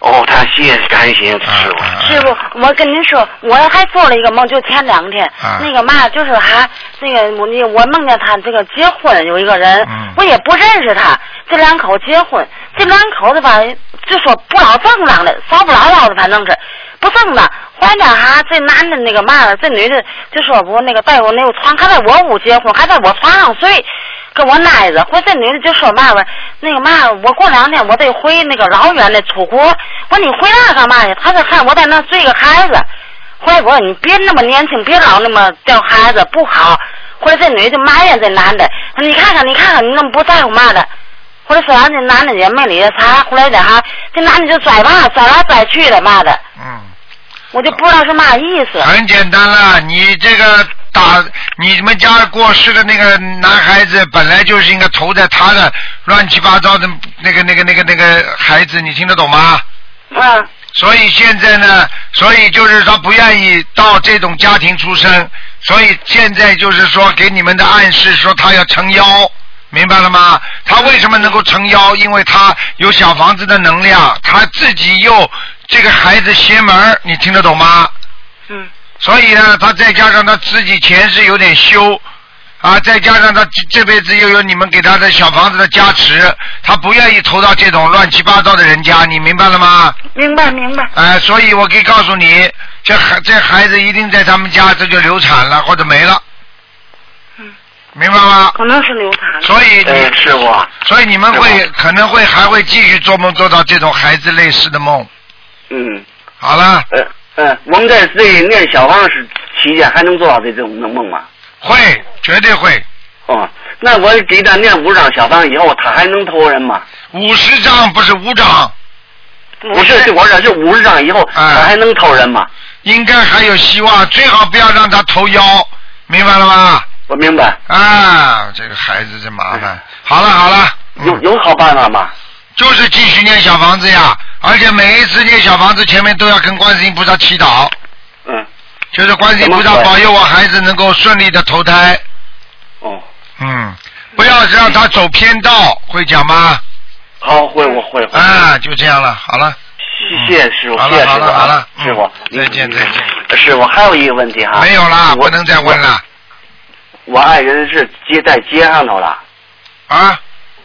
啊
哦，他谢谢感谢师傅。
师傅，我跟您说，我还做了一个梦，就前两天，
啊
那个嘛，就是还那个我那我梦见他这个结婚有一个人，我也不认识他，这两口结婚，这两口子吧，就说不老正当的，少不老老的，反正是不正当。后来呢，哈，这男的那个嘛了，这女的就说我那个带我那个床，还在我屋结婚，还在我床上睡，跟我挨着。后来这女的就说嘛吧，那个嘛，我过两天我得回那个老远的出国。我说你回那干嘛呀？他说看我在那追个孩子。后来我说你别那么年轻，别老那么掉孩子不好。后来这女的就埋怨这男的，你看看你看看你那么不在乎嘛的。后来说啊完这男的也没理他，后来的哈，这男的就拽嘛拽来拽去的嘛的。
嗯。
我就不知道是嘛意思。
很简单了，你这个打你们家过世的那个男孩子，本来就是应该投在他的乱七八糟的那个、那个、那个、那个孩子，你听得懂吗？
嗯。
所以现在呢，所以就是他不愿意到这种家庭出生，所以现在就是说给你们的暗示说他要成妖，明白了吗？他为什么能够成妖？因为他有小房子的能量，他自己又这个孩子邪门儿，你听得懂吗？
嗯。
所以呢，他再加上他自己前世有点修，啊，再加上他这这辈子又有你们给他的小房子的加持，他不愿意投到这种乱七八糟的人家，你明白了吗？
明白明白。
哎、所以我可以告诉你，这孩这孩子一定在他们家这就流产了或者没了。嗯。明白吗？
可能是流产了。
所以你
师傅啊，
所以你们
是
会可能会还会继续做梦，做到这种孩子类似的梦。
嗯，
好了，
呃呃，我们在这念小王是期间还能做到这种能梦吗？
会，绝对会。
嗯哦，那我给他念五张小房以后，他还能投人吗？
五十张不是五张，哎
不是，是我这是五十张以后，他还能投人吗？
应该还有希望，最好不要让他投妖，明白了吗？
我明白。
啊，这个孩子真麻烦。好了好了，嗯
有有好办法吗？
就是继续念小房子呀，而且每一次念小房子前面都要跟观世音菩萨祈祷。
嗯。
就是观世音菩萨保佑我孩子能够顺利的投胎。
哦。
嗯，不要让他走偏道，会讲吗？
好，会我会会。
啊，就这样了，好了。
谢谢师傅，
好
谢
了
谢
好
师傅
了好
啊
了，，嗯
师傅，嗯
再见再见。
师傅还有一个问题哈，
没有啦，不能再问了。
我爱人是接在街上头了。
啊？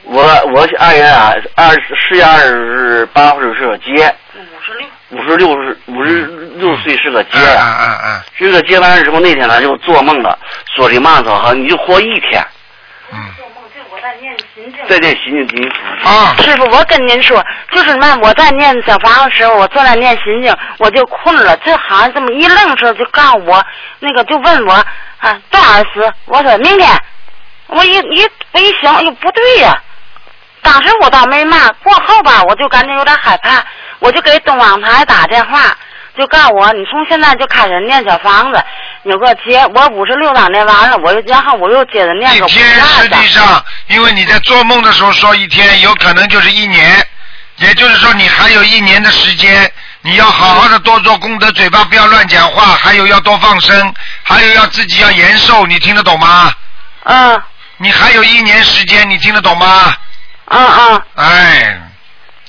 我我爱人啊，二十四月二十八岁是个街。五十六。五十六五十六岁是个街
嗯
啊。
嗯嗯，
这个接完了之后，那天呢就做梦了，说的嘛说哈，你就活一天。嗯。再念心经。
啊！
师傅，我跟您说，就是嘛，我在念小房的时候，我坐那念心经，我就困了，就好像这么一愣似的，就告诉我那个就问我啊多少时？我说明天。我一一我一想，哎呦不对呀、当时我倒没嘛，过后吧，我就感觉有点害怕，我就给东方台打电话，就告诉我，你从现在就开始念小房子，你给我接。我五十六章念完了，我又然后我又接着念个五
天
十二
实
章
际。上，啊因为你在做梦的时候说一天，有可能就是一年，也就是说你还有一年的时间，你要好好的多做功德，嘴巴不要乱讲话，还有要多放生，还有要自己要延寿，你听得懂吗？
嗯。
你还有一年时间，你听得懂吗？
嗯嗯。
哎，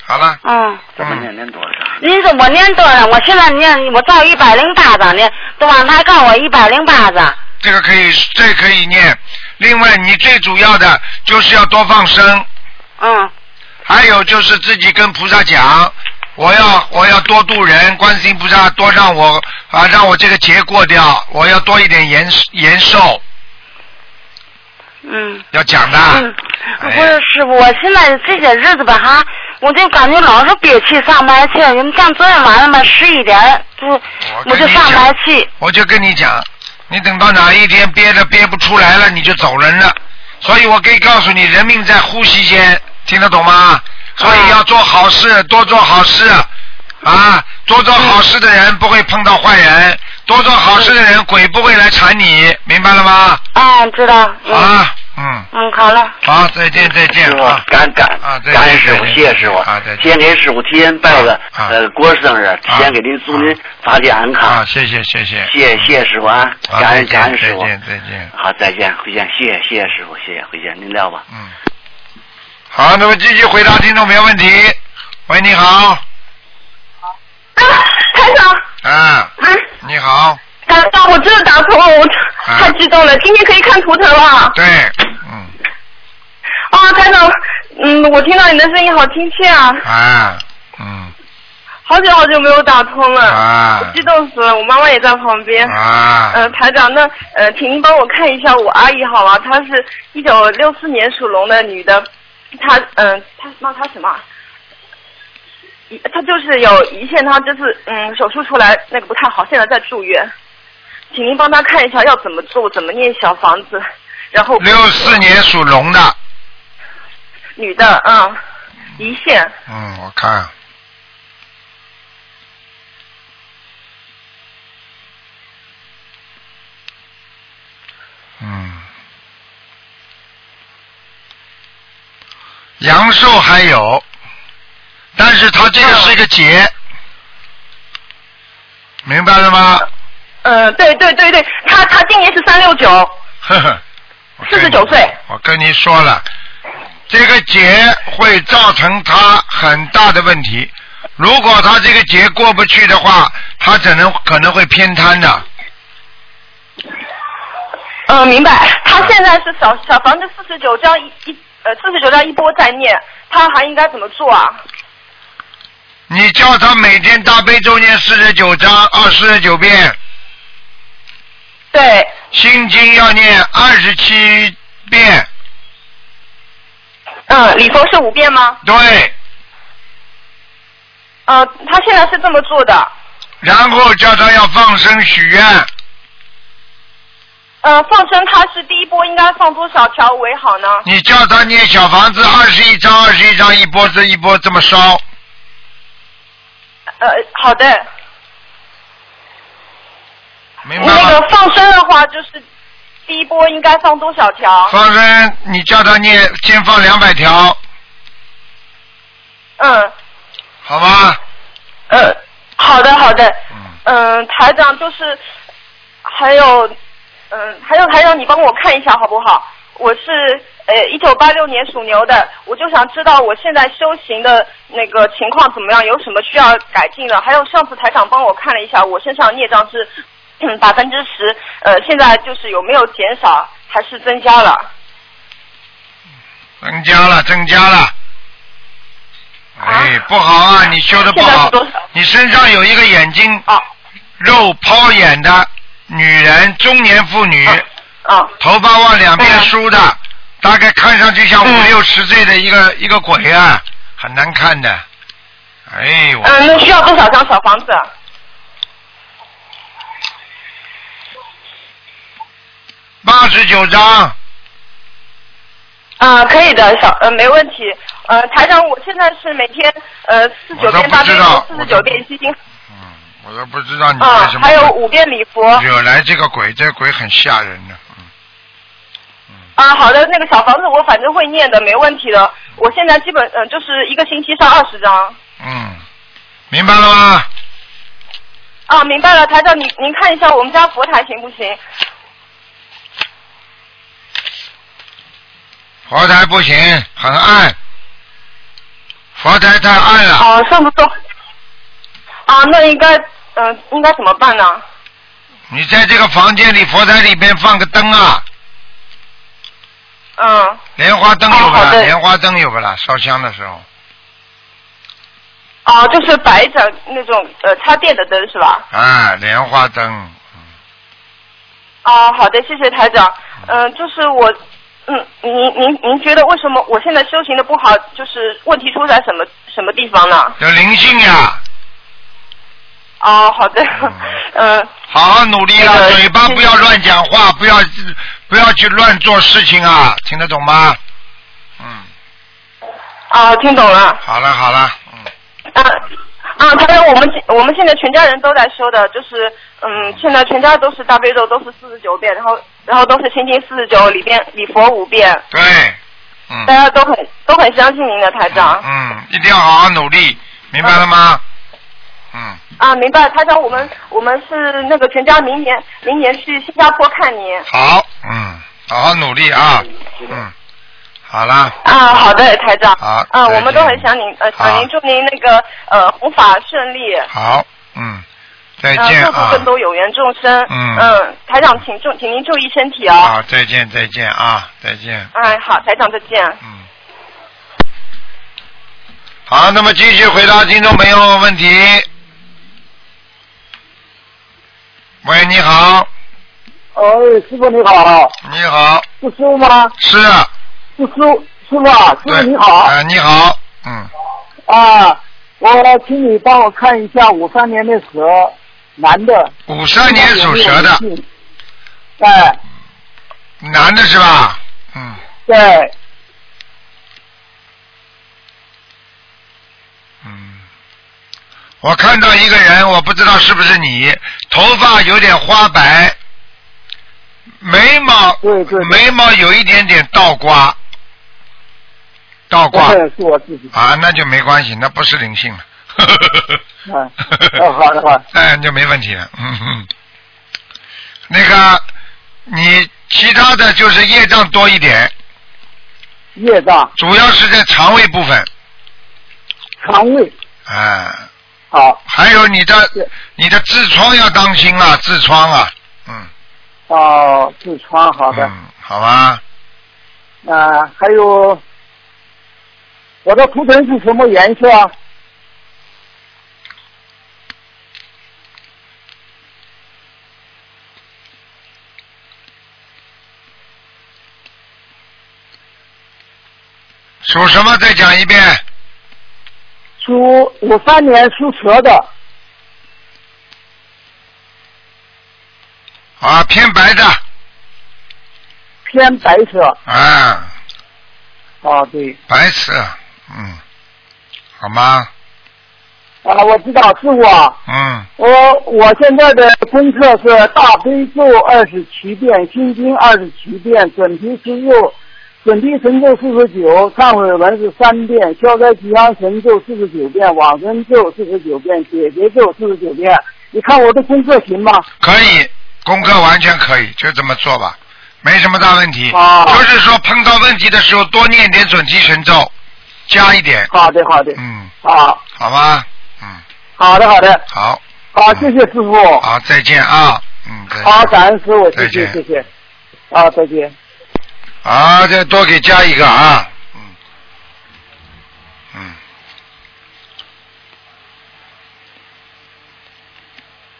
好了。
嗯。
怎么念念多少？
你怎么念多少？我现在念，我照一百零八章念，都往他告我一百零八章。
这个可以，这个可以念。另外，你最主要的就是要多放生。
嗯。
还有就是自己跟菩萨讲，我要我要多度人，观世音菩萨多让我啊让我这个劫过掉，我要多一点延延寿，
嗯。
要讲的。
嗯不是师傅，我现在这些日子吧哈，我就感觉老是憋气上不来气。你们像昨天晚上吧，十一点就我就上不来气。
我就跟你讲，你等到哪一天憋着憋不出来了，你就走人了。所以我可以告诉你，人命在呼吸间，听得懂
啊
吗？所以要做好事，多做好事啊！多做好事的人不会碰到坏人，多做好事的人鬼不会来缠你，明白了吗？
啊，知道。嗯、
啊，嗯。
嗯，好了。
好，再见，再见啊
师傅，感感感恩师傅，谢谢师傅。今天师傅提前拜个呃郭生日，提前给您祝您法体安康。
啊，谢谢，谢谢。
谢谢谢谢师傅啊，
啊
感恩
再见
感恩师傅
再。见，再见。
好，再见，回见，谢谢谢谢师傅，谢谢回见，您撂吧。
嗯。好，那么继续回答听众朋友问题。喂，你好。
台长，
啊，你好，啊
台长，我真的打通了，我
啊
太激动了，今天可以看图腾了。
对，
啊，台长，嗯，我听到你的声音好亲切啊，
啊
好久好久没有打通了，
啊
激动死了，我妈妈也在旁边。
啊
呃，台长，那呃，请您帮我看一下我阿姨好吗？她是一九六四年属龙的女的，她嗯、她那她什么啊？一她就是有胰腺，她就是嗯手术出来那个不太好，现在在住院，请您帮她看一下要怎么做，怎么念小房子，然后
六四年属龙的，
女的嗯胰腺
嗯，我看，嗯，阳寿还有，但是他这个是一个劫，明白了吗？
嗯对对对对，她她今年是三六九
呵呵。
四十九岁
我跟你说了，这个劫会造成他很大的问题。如果他这个劫过不去的话，他只能可能会偏瘫的。
嗯，明白。他现在是小小房子四十九张一一呃四十九张一波在念，他还应该怎么做啊？
你叫他每天大悲咒念四十九章，二四十九遍。
对。
心经要念二十七遍。
嗯，礼佛是五遍吗？
对，
呃，他现在是这么做的。
然后叫他要放生许愿，
呃，放生他是第一波应该放多少条为好呢？
你叫他念小房子二十一章，二十一章一波这一波这么烧。
呃，好的。
明白吗
那个放生的话，就是第一波应该放多少条？
放生，你叫他念，先放两百条，
嗯，
好吧？
呃，好的，好的。嗯、台长就是，还有，嗯、
呃
还有台长，你帮我看一下好不好？我是呃，一九八六年属牛的，我就想知道我现在修行的那个情况怎么样，有什么需要改进的？还有上次台长帮我看了一下，我身上孽障是嗯百分之十，呃，现在就是有没有减少还是增加了？
增加了，增加了。哎，不好啊，你修的不好。你身上有一个眼睛
啊
肉抛眼的女人，中年妇女，
啊
头发往两边梳的，
嗯
大概看上去像五六十岁的一个一个鬼啊，很难看的。哎，我
嗯、那需要多少张小房子？啊
八十九张，
啊、可以的，小呃没问题。呃，台长，我现在是每天呃四九
我都
遍
不
大悲
知道
咒，四十九遍心经。
我都不知道你
啊
为什，么
还有五遍礼佛。
惹来这个鬼，这个鬼很吓人的。
啊，好的，那个小房子我反正会念的，没问题的。我现在基本嗯、呃就是一个星期上二十张。
嗯，明白了吗？
啊，明白了，台长，您您看一下我们家佛台行不行？
佛台不行，很暗，佛台太暗了。
啊，上不动。啊，那应该嗯、呃应该怎么办呢？
你在这个房间里，佛台里边放个灯啊，
嗯，
莲花灯有不
哦
啦
好？的
莲花灯有不啦？烧香的时候，
啊，就是摆一盏那种呃插电的灯是吧？
啊，莲花灯，
啊，好的，谢谢台长。嗯、就是我，嗯，您您您觉得为什么我现在修行的不好，就是问题出在什么什么地方呢？
有灵性呀，
啊，好的， <laughs> 嗯，
好好努力啊，嘴巴不要乱讲话，不要不要去乱做事情啊，听得懂吗？嗯
啊，听懂了。
好了好了，
啊啊，台长，我们现我们现在全家人都在修的，就是嗯，现在全家都是大悲咒，都是四十九遍，然后然后都是心经四十九，里边礼佛五遍，
对，
大家都很都很相信您的台长。
嗯，一定要好好努力，明白了吗？
啊，明白，台长，我们我们是那个全家明年明年去新加坡看您。
好，嗯，好好努力啊，嗯，好了，
啊，好的，台长。
好，
啊，
再
我们都
见
很想您，呃，
好
想您祝您那个呃弘法顺利，
好，嗯，再
呃，
见
各度
啊，
更多有缘众生。
嗯
台长，请注，请您注意身体啊。
好，再见再见啊，再见。
哎，好，台长，再见。
好，那么继续回答听众朋友问题。喂，你好，
哦，师傅你好，
你好，
是师傅吗？
是啊，
是师傅，师傅啊，师傅你好
啊，你好，嗯
啊，我请你帮我看一下五三年的蛇，男的。嗯
五三年属蛇的，
哎，嗯
男的是吧？
对，
我看到一个人，我不知道是不是你，头发有点花白，眉毛眉毛有一点点倒挂，倒挂
这哦是我自己。
啊，那就没关系，那不是灵性了。
啊，哦好的好的。
<laughs> 哎，就没问题了。嗯哼，那个你其他的就是业障多一点，
业障
主要是在肠胃部分。
肠胃。
啊。
好。
还有你的你的痔疮要当心啊，痔疮啊，嗯
哦，痔疮好的，
好吧？
啊，还有我的图腾是什么颜色啊？
属什么？再讲一遍。
属五三年属蛇的，
啊，偏白的，
偏白色。
啊，
哦，对，
白痴，嗯，好吗？
啊，我知道，师傅啊，
嗯，
我我现在的功课是大悲咒二十七遍，心经二十七遍，准提神咒，准提神咒四十九，忏悔文是三遍，消灾吉祥神咒四十九遍，往生咒四十九遍，解结咒四十九遍。你看我的功课行吗？
可以，功课完全可以，就这么做吧，没什么大问题。
哦
就是说碰到问题的时候多念点准提神咒，加一点。
好的，好的。
嗯，
好，
好吧，嗯
好的，好的，
好，嗯
好，谢谢师傅，
好，再见啊，嗯，再见。
好，感恩师傅，谢
再
谢，
见
谢谢，啊，再见。
啊，再多给加一个啊，嗯，嗯，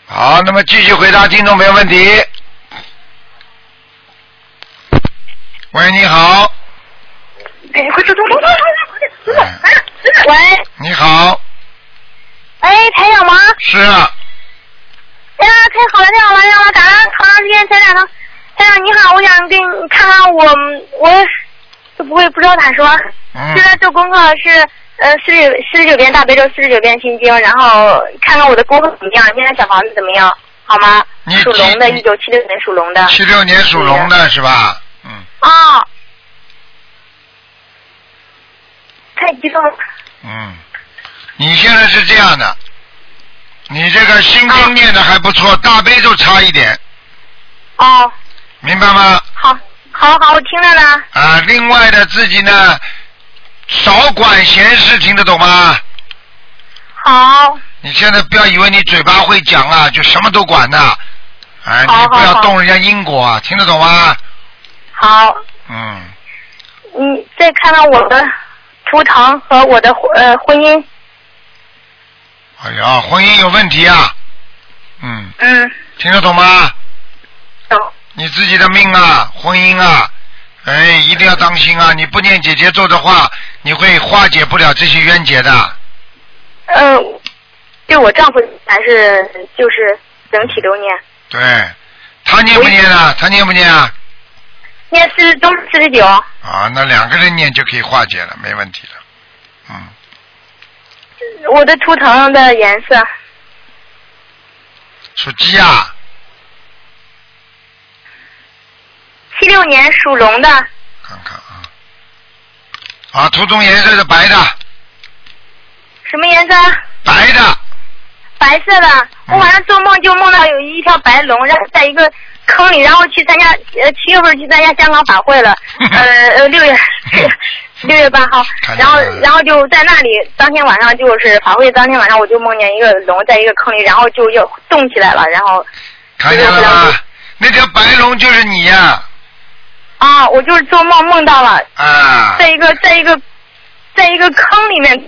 好，那么继续回答听众朋友问题。喂，你好，
哎，快走走走走走走走！喂，
你好，
哎，台长吗？
是啊，
哎呀，太好了，太好了，太好了！感恩好长时间，台长呢？台长你好，我想给你看看我，我就不会不知道咋说。
嗯
现在做功课是呃四十四十九遍大悲咒，四十九遍心经，然后看看我的功课怎么样，现在小房子怎么样，好吗？
你
属龙的，
你
一九七六年属龙的。
七六年属龙的是吧？
啊，太激动了。
嗯，你现在是这样的，你这个心经念的还不错，大悲咒差一点，
啊哦，
明白吗？
好，好好，我听着呢。
啊，另外的自己呢，少管闲事，听得懂吗？
好，
你现在不要以为你嘴巴会讲啊，就什么都管呐、哎，
好
你不要
好
动人家因果啊，听得懂吗？
好，
嗯，
你再看看我的图腾和我的婚呃婚姻，
哎呀，婚姻有问题啊，嗯，
嗯，
听得懂吗？
懂。
你自己的命啊，婚姻啊，哎，一定要当心啊！你不念姐姐咒的话，你会化解不了这些冤结的。
呃，对我丈夫还是就是整体都念，
对，他念不念
嗯
啊？他念不念啊？
念四十都是四十九。
啊，那两个人念就可以化解了，没问题了。嗯，
我的图腾的颜色，
属鸡啊，
七六年属龙的，
啊，图中颜色是白的，
什么颜色？
白的。嗯
白色的。我晚上做梦就梦到有一条白龙，然后在一个坑里，然后去参加呃七月份去参加香港法
<laughs>
会了，呃呃六月六月八号，
看见
然后
了
然后就在那里，当天晚上就是法会当天晚上我就梦见一个龙在一个坑里，然后就要动起来了，然后
看见了吗？那条白龙就是你呀、
啊我就是做梦梦到了，
啊！
在一个在一个在一个坑里面，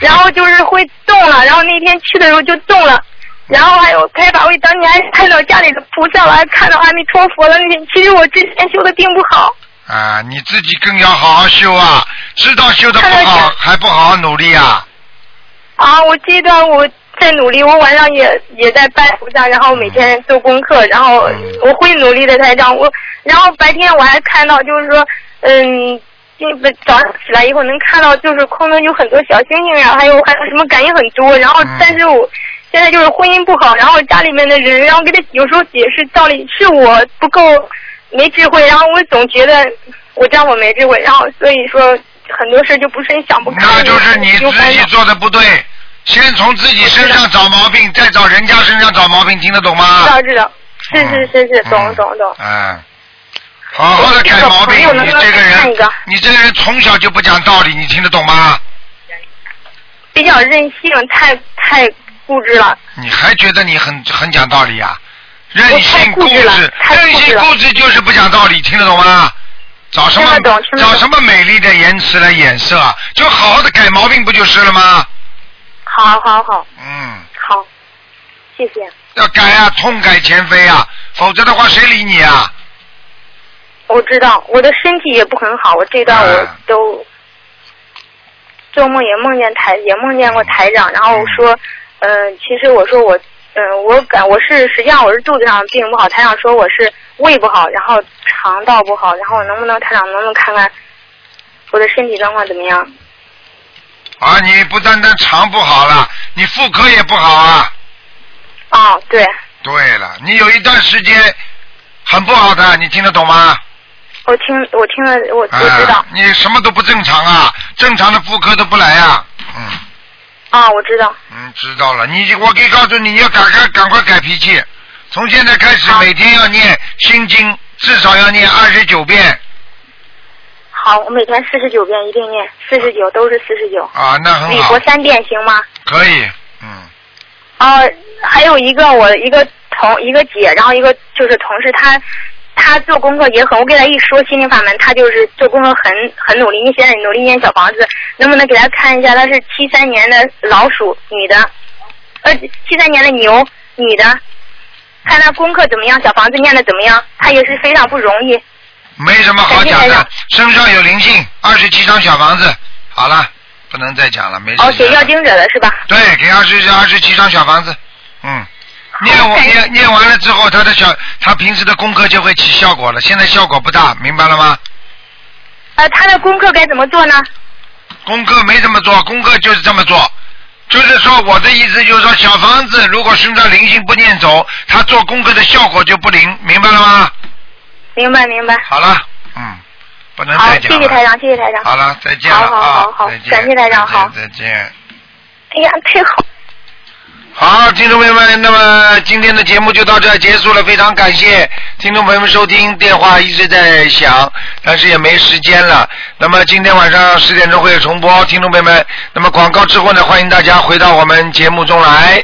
然后就是会动了，然后那天去的时候就动了，然后还有开法会当天还看到家里的菩萨，我还看到阿弥陀佛的那些，其实我之前修的并不好，
啊，你自己更要好好修啊！知道修的不好，还不好好努力啊！
啊，我这段我在努力，我晚上也也在拜菩萨，然后
嗯
每天做功课，然后我会努力的，台长。我然后白天我还看到，就是说，嗯，这个早上起来以后能看到，就是空中有很多小星星呀、还有还有什么感应很多。然后，
嗯
但是我现在就是婚姻不好，然后家里面的人，然后给他有时候解释道理是我不够没智慧，然后我总觉得我丈夫没智慧，然后所以说很多事就不是你想不开。
那就是你自己做的不对，先从自己身上找毛病，再找人家身上找毛病，听得懂
知
吗
道？知道，是是是是，懂懂懂。
嗯，好好的改毛病
我这个朋友，能
你
不能
这个
看一
人
个，
你这个人从小就不讲道理，你听得懂吗？
比较任性，太太固执了。
你还觉得你很很讲道理啊？任性
固执了
执，
太固
任
执
性
了
固执就是不讲道理，听得懂吗？找什么找什么美丽的言辞来掩饰啊？就好好的改毛病不就是了吗？
好好好，
嗯，
好，谢谢。
要改啊，痛改前非啊，否则的话谁理你啊？
我知道我的身体也不很好，我这段我都做梦也梦见台，也梦见过台长，然后说，嗯、其实我说我，嗯、我感我是实际上我是肚子上病不好，台长说我是胃不好，然后肠道不好，然后能不能台长能不能看看我的身体状况怎么样？
啊，你不单单肠不好了，你妇科也不好啊。
哦，对，
对了，你有一段时间很不好的，你听得懂吗？
我听我听了我
啊、
我知道，
你什么都不正常啊，正常的妇科都不来啊。
啊、我知道，
嗯，知道了。你我可以告诉你，你要赶快赶快改脾气。从现在开始，每天要念心经，至少要念二十九遍
好，我每天四十九遍一定念，四十九都是四十九，
啊，那很
礼
好
佛，三遍行吗？
可以。
哦，还有一个我一个同一个姐，然后一个就是同事，她她做功课也很，我给她一说心灵法门，她就是做功课很很努力，你现在努力念小房子，能不能给她看一下？她是七三年的老鼠，女的，呃，七三年的牛，女的，看她功课怎么样，小房子念的怎么样？她也是非常不容易。
没什么好讲
感谢台
的
长，
身上有灵性，二十七张小房子，好了，不能再讲了，没时
哦，
间
写
了。
要经者的是吧？
对，给二十二十七张小房子，嗯，念完念念完了之后，他的小他平时的功课就会起效果了，现在效果不大，明白了吗？
呃，她的功课该怎么做呢？
功课没怎么做，功课就是这么做。就是说，我的意思就是说，小房子如果身上灵性不念走，他做功课的效果就不灵，明白了吗？
明白明白。
好了，嗯，不能
好，
再
谢
讲了。
谢台长，啊谢谢台长。
好了，再见了
好好好
啊！
好
再，见
感谢台长，好。
再见。
哎呀，太好。
好，听众朋友们，那么今天的节目就到这儿结束了，非常感谢听众朋友们收听，电话一直在响，但是也没时间了。那么今天晚上十点钟会有重播，听众朋友们，那么广告之后呢，欢迎大家回到我们节目中来。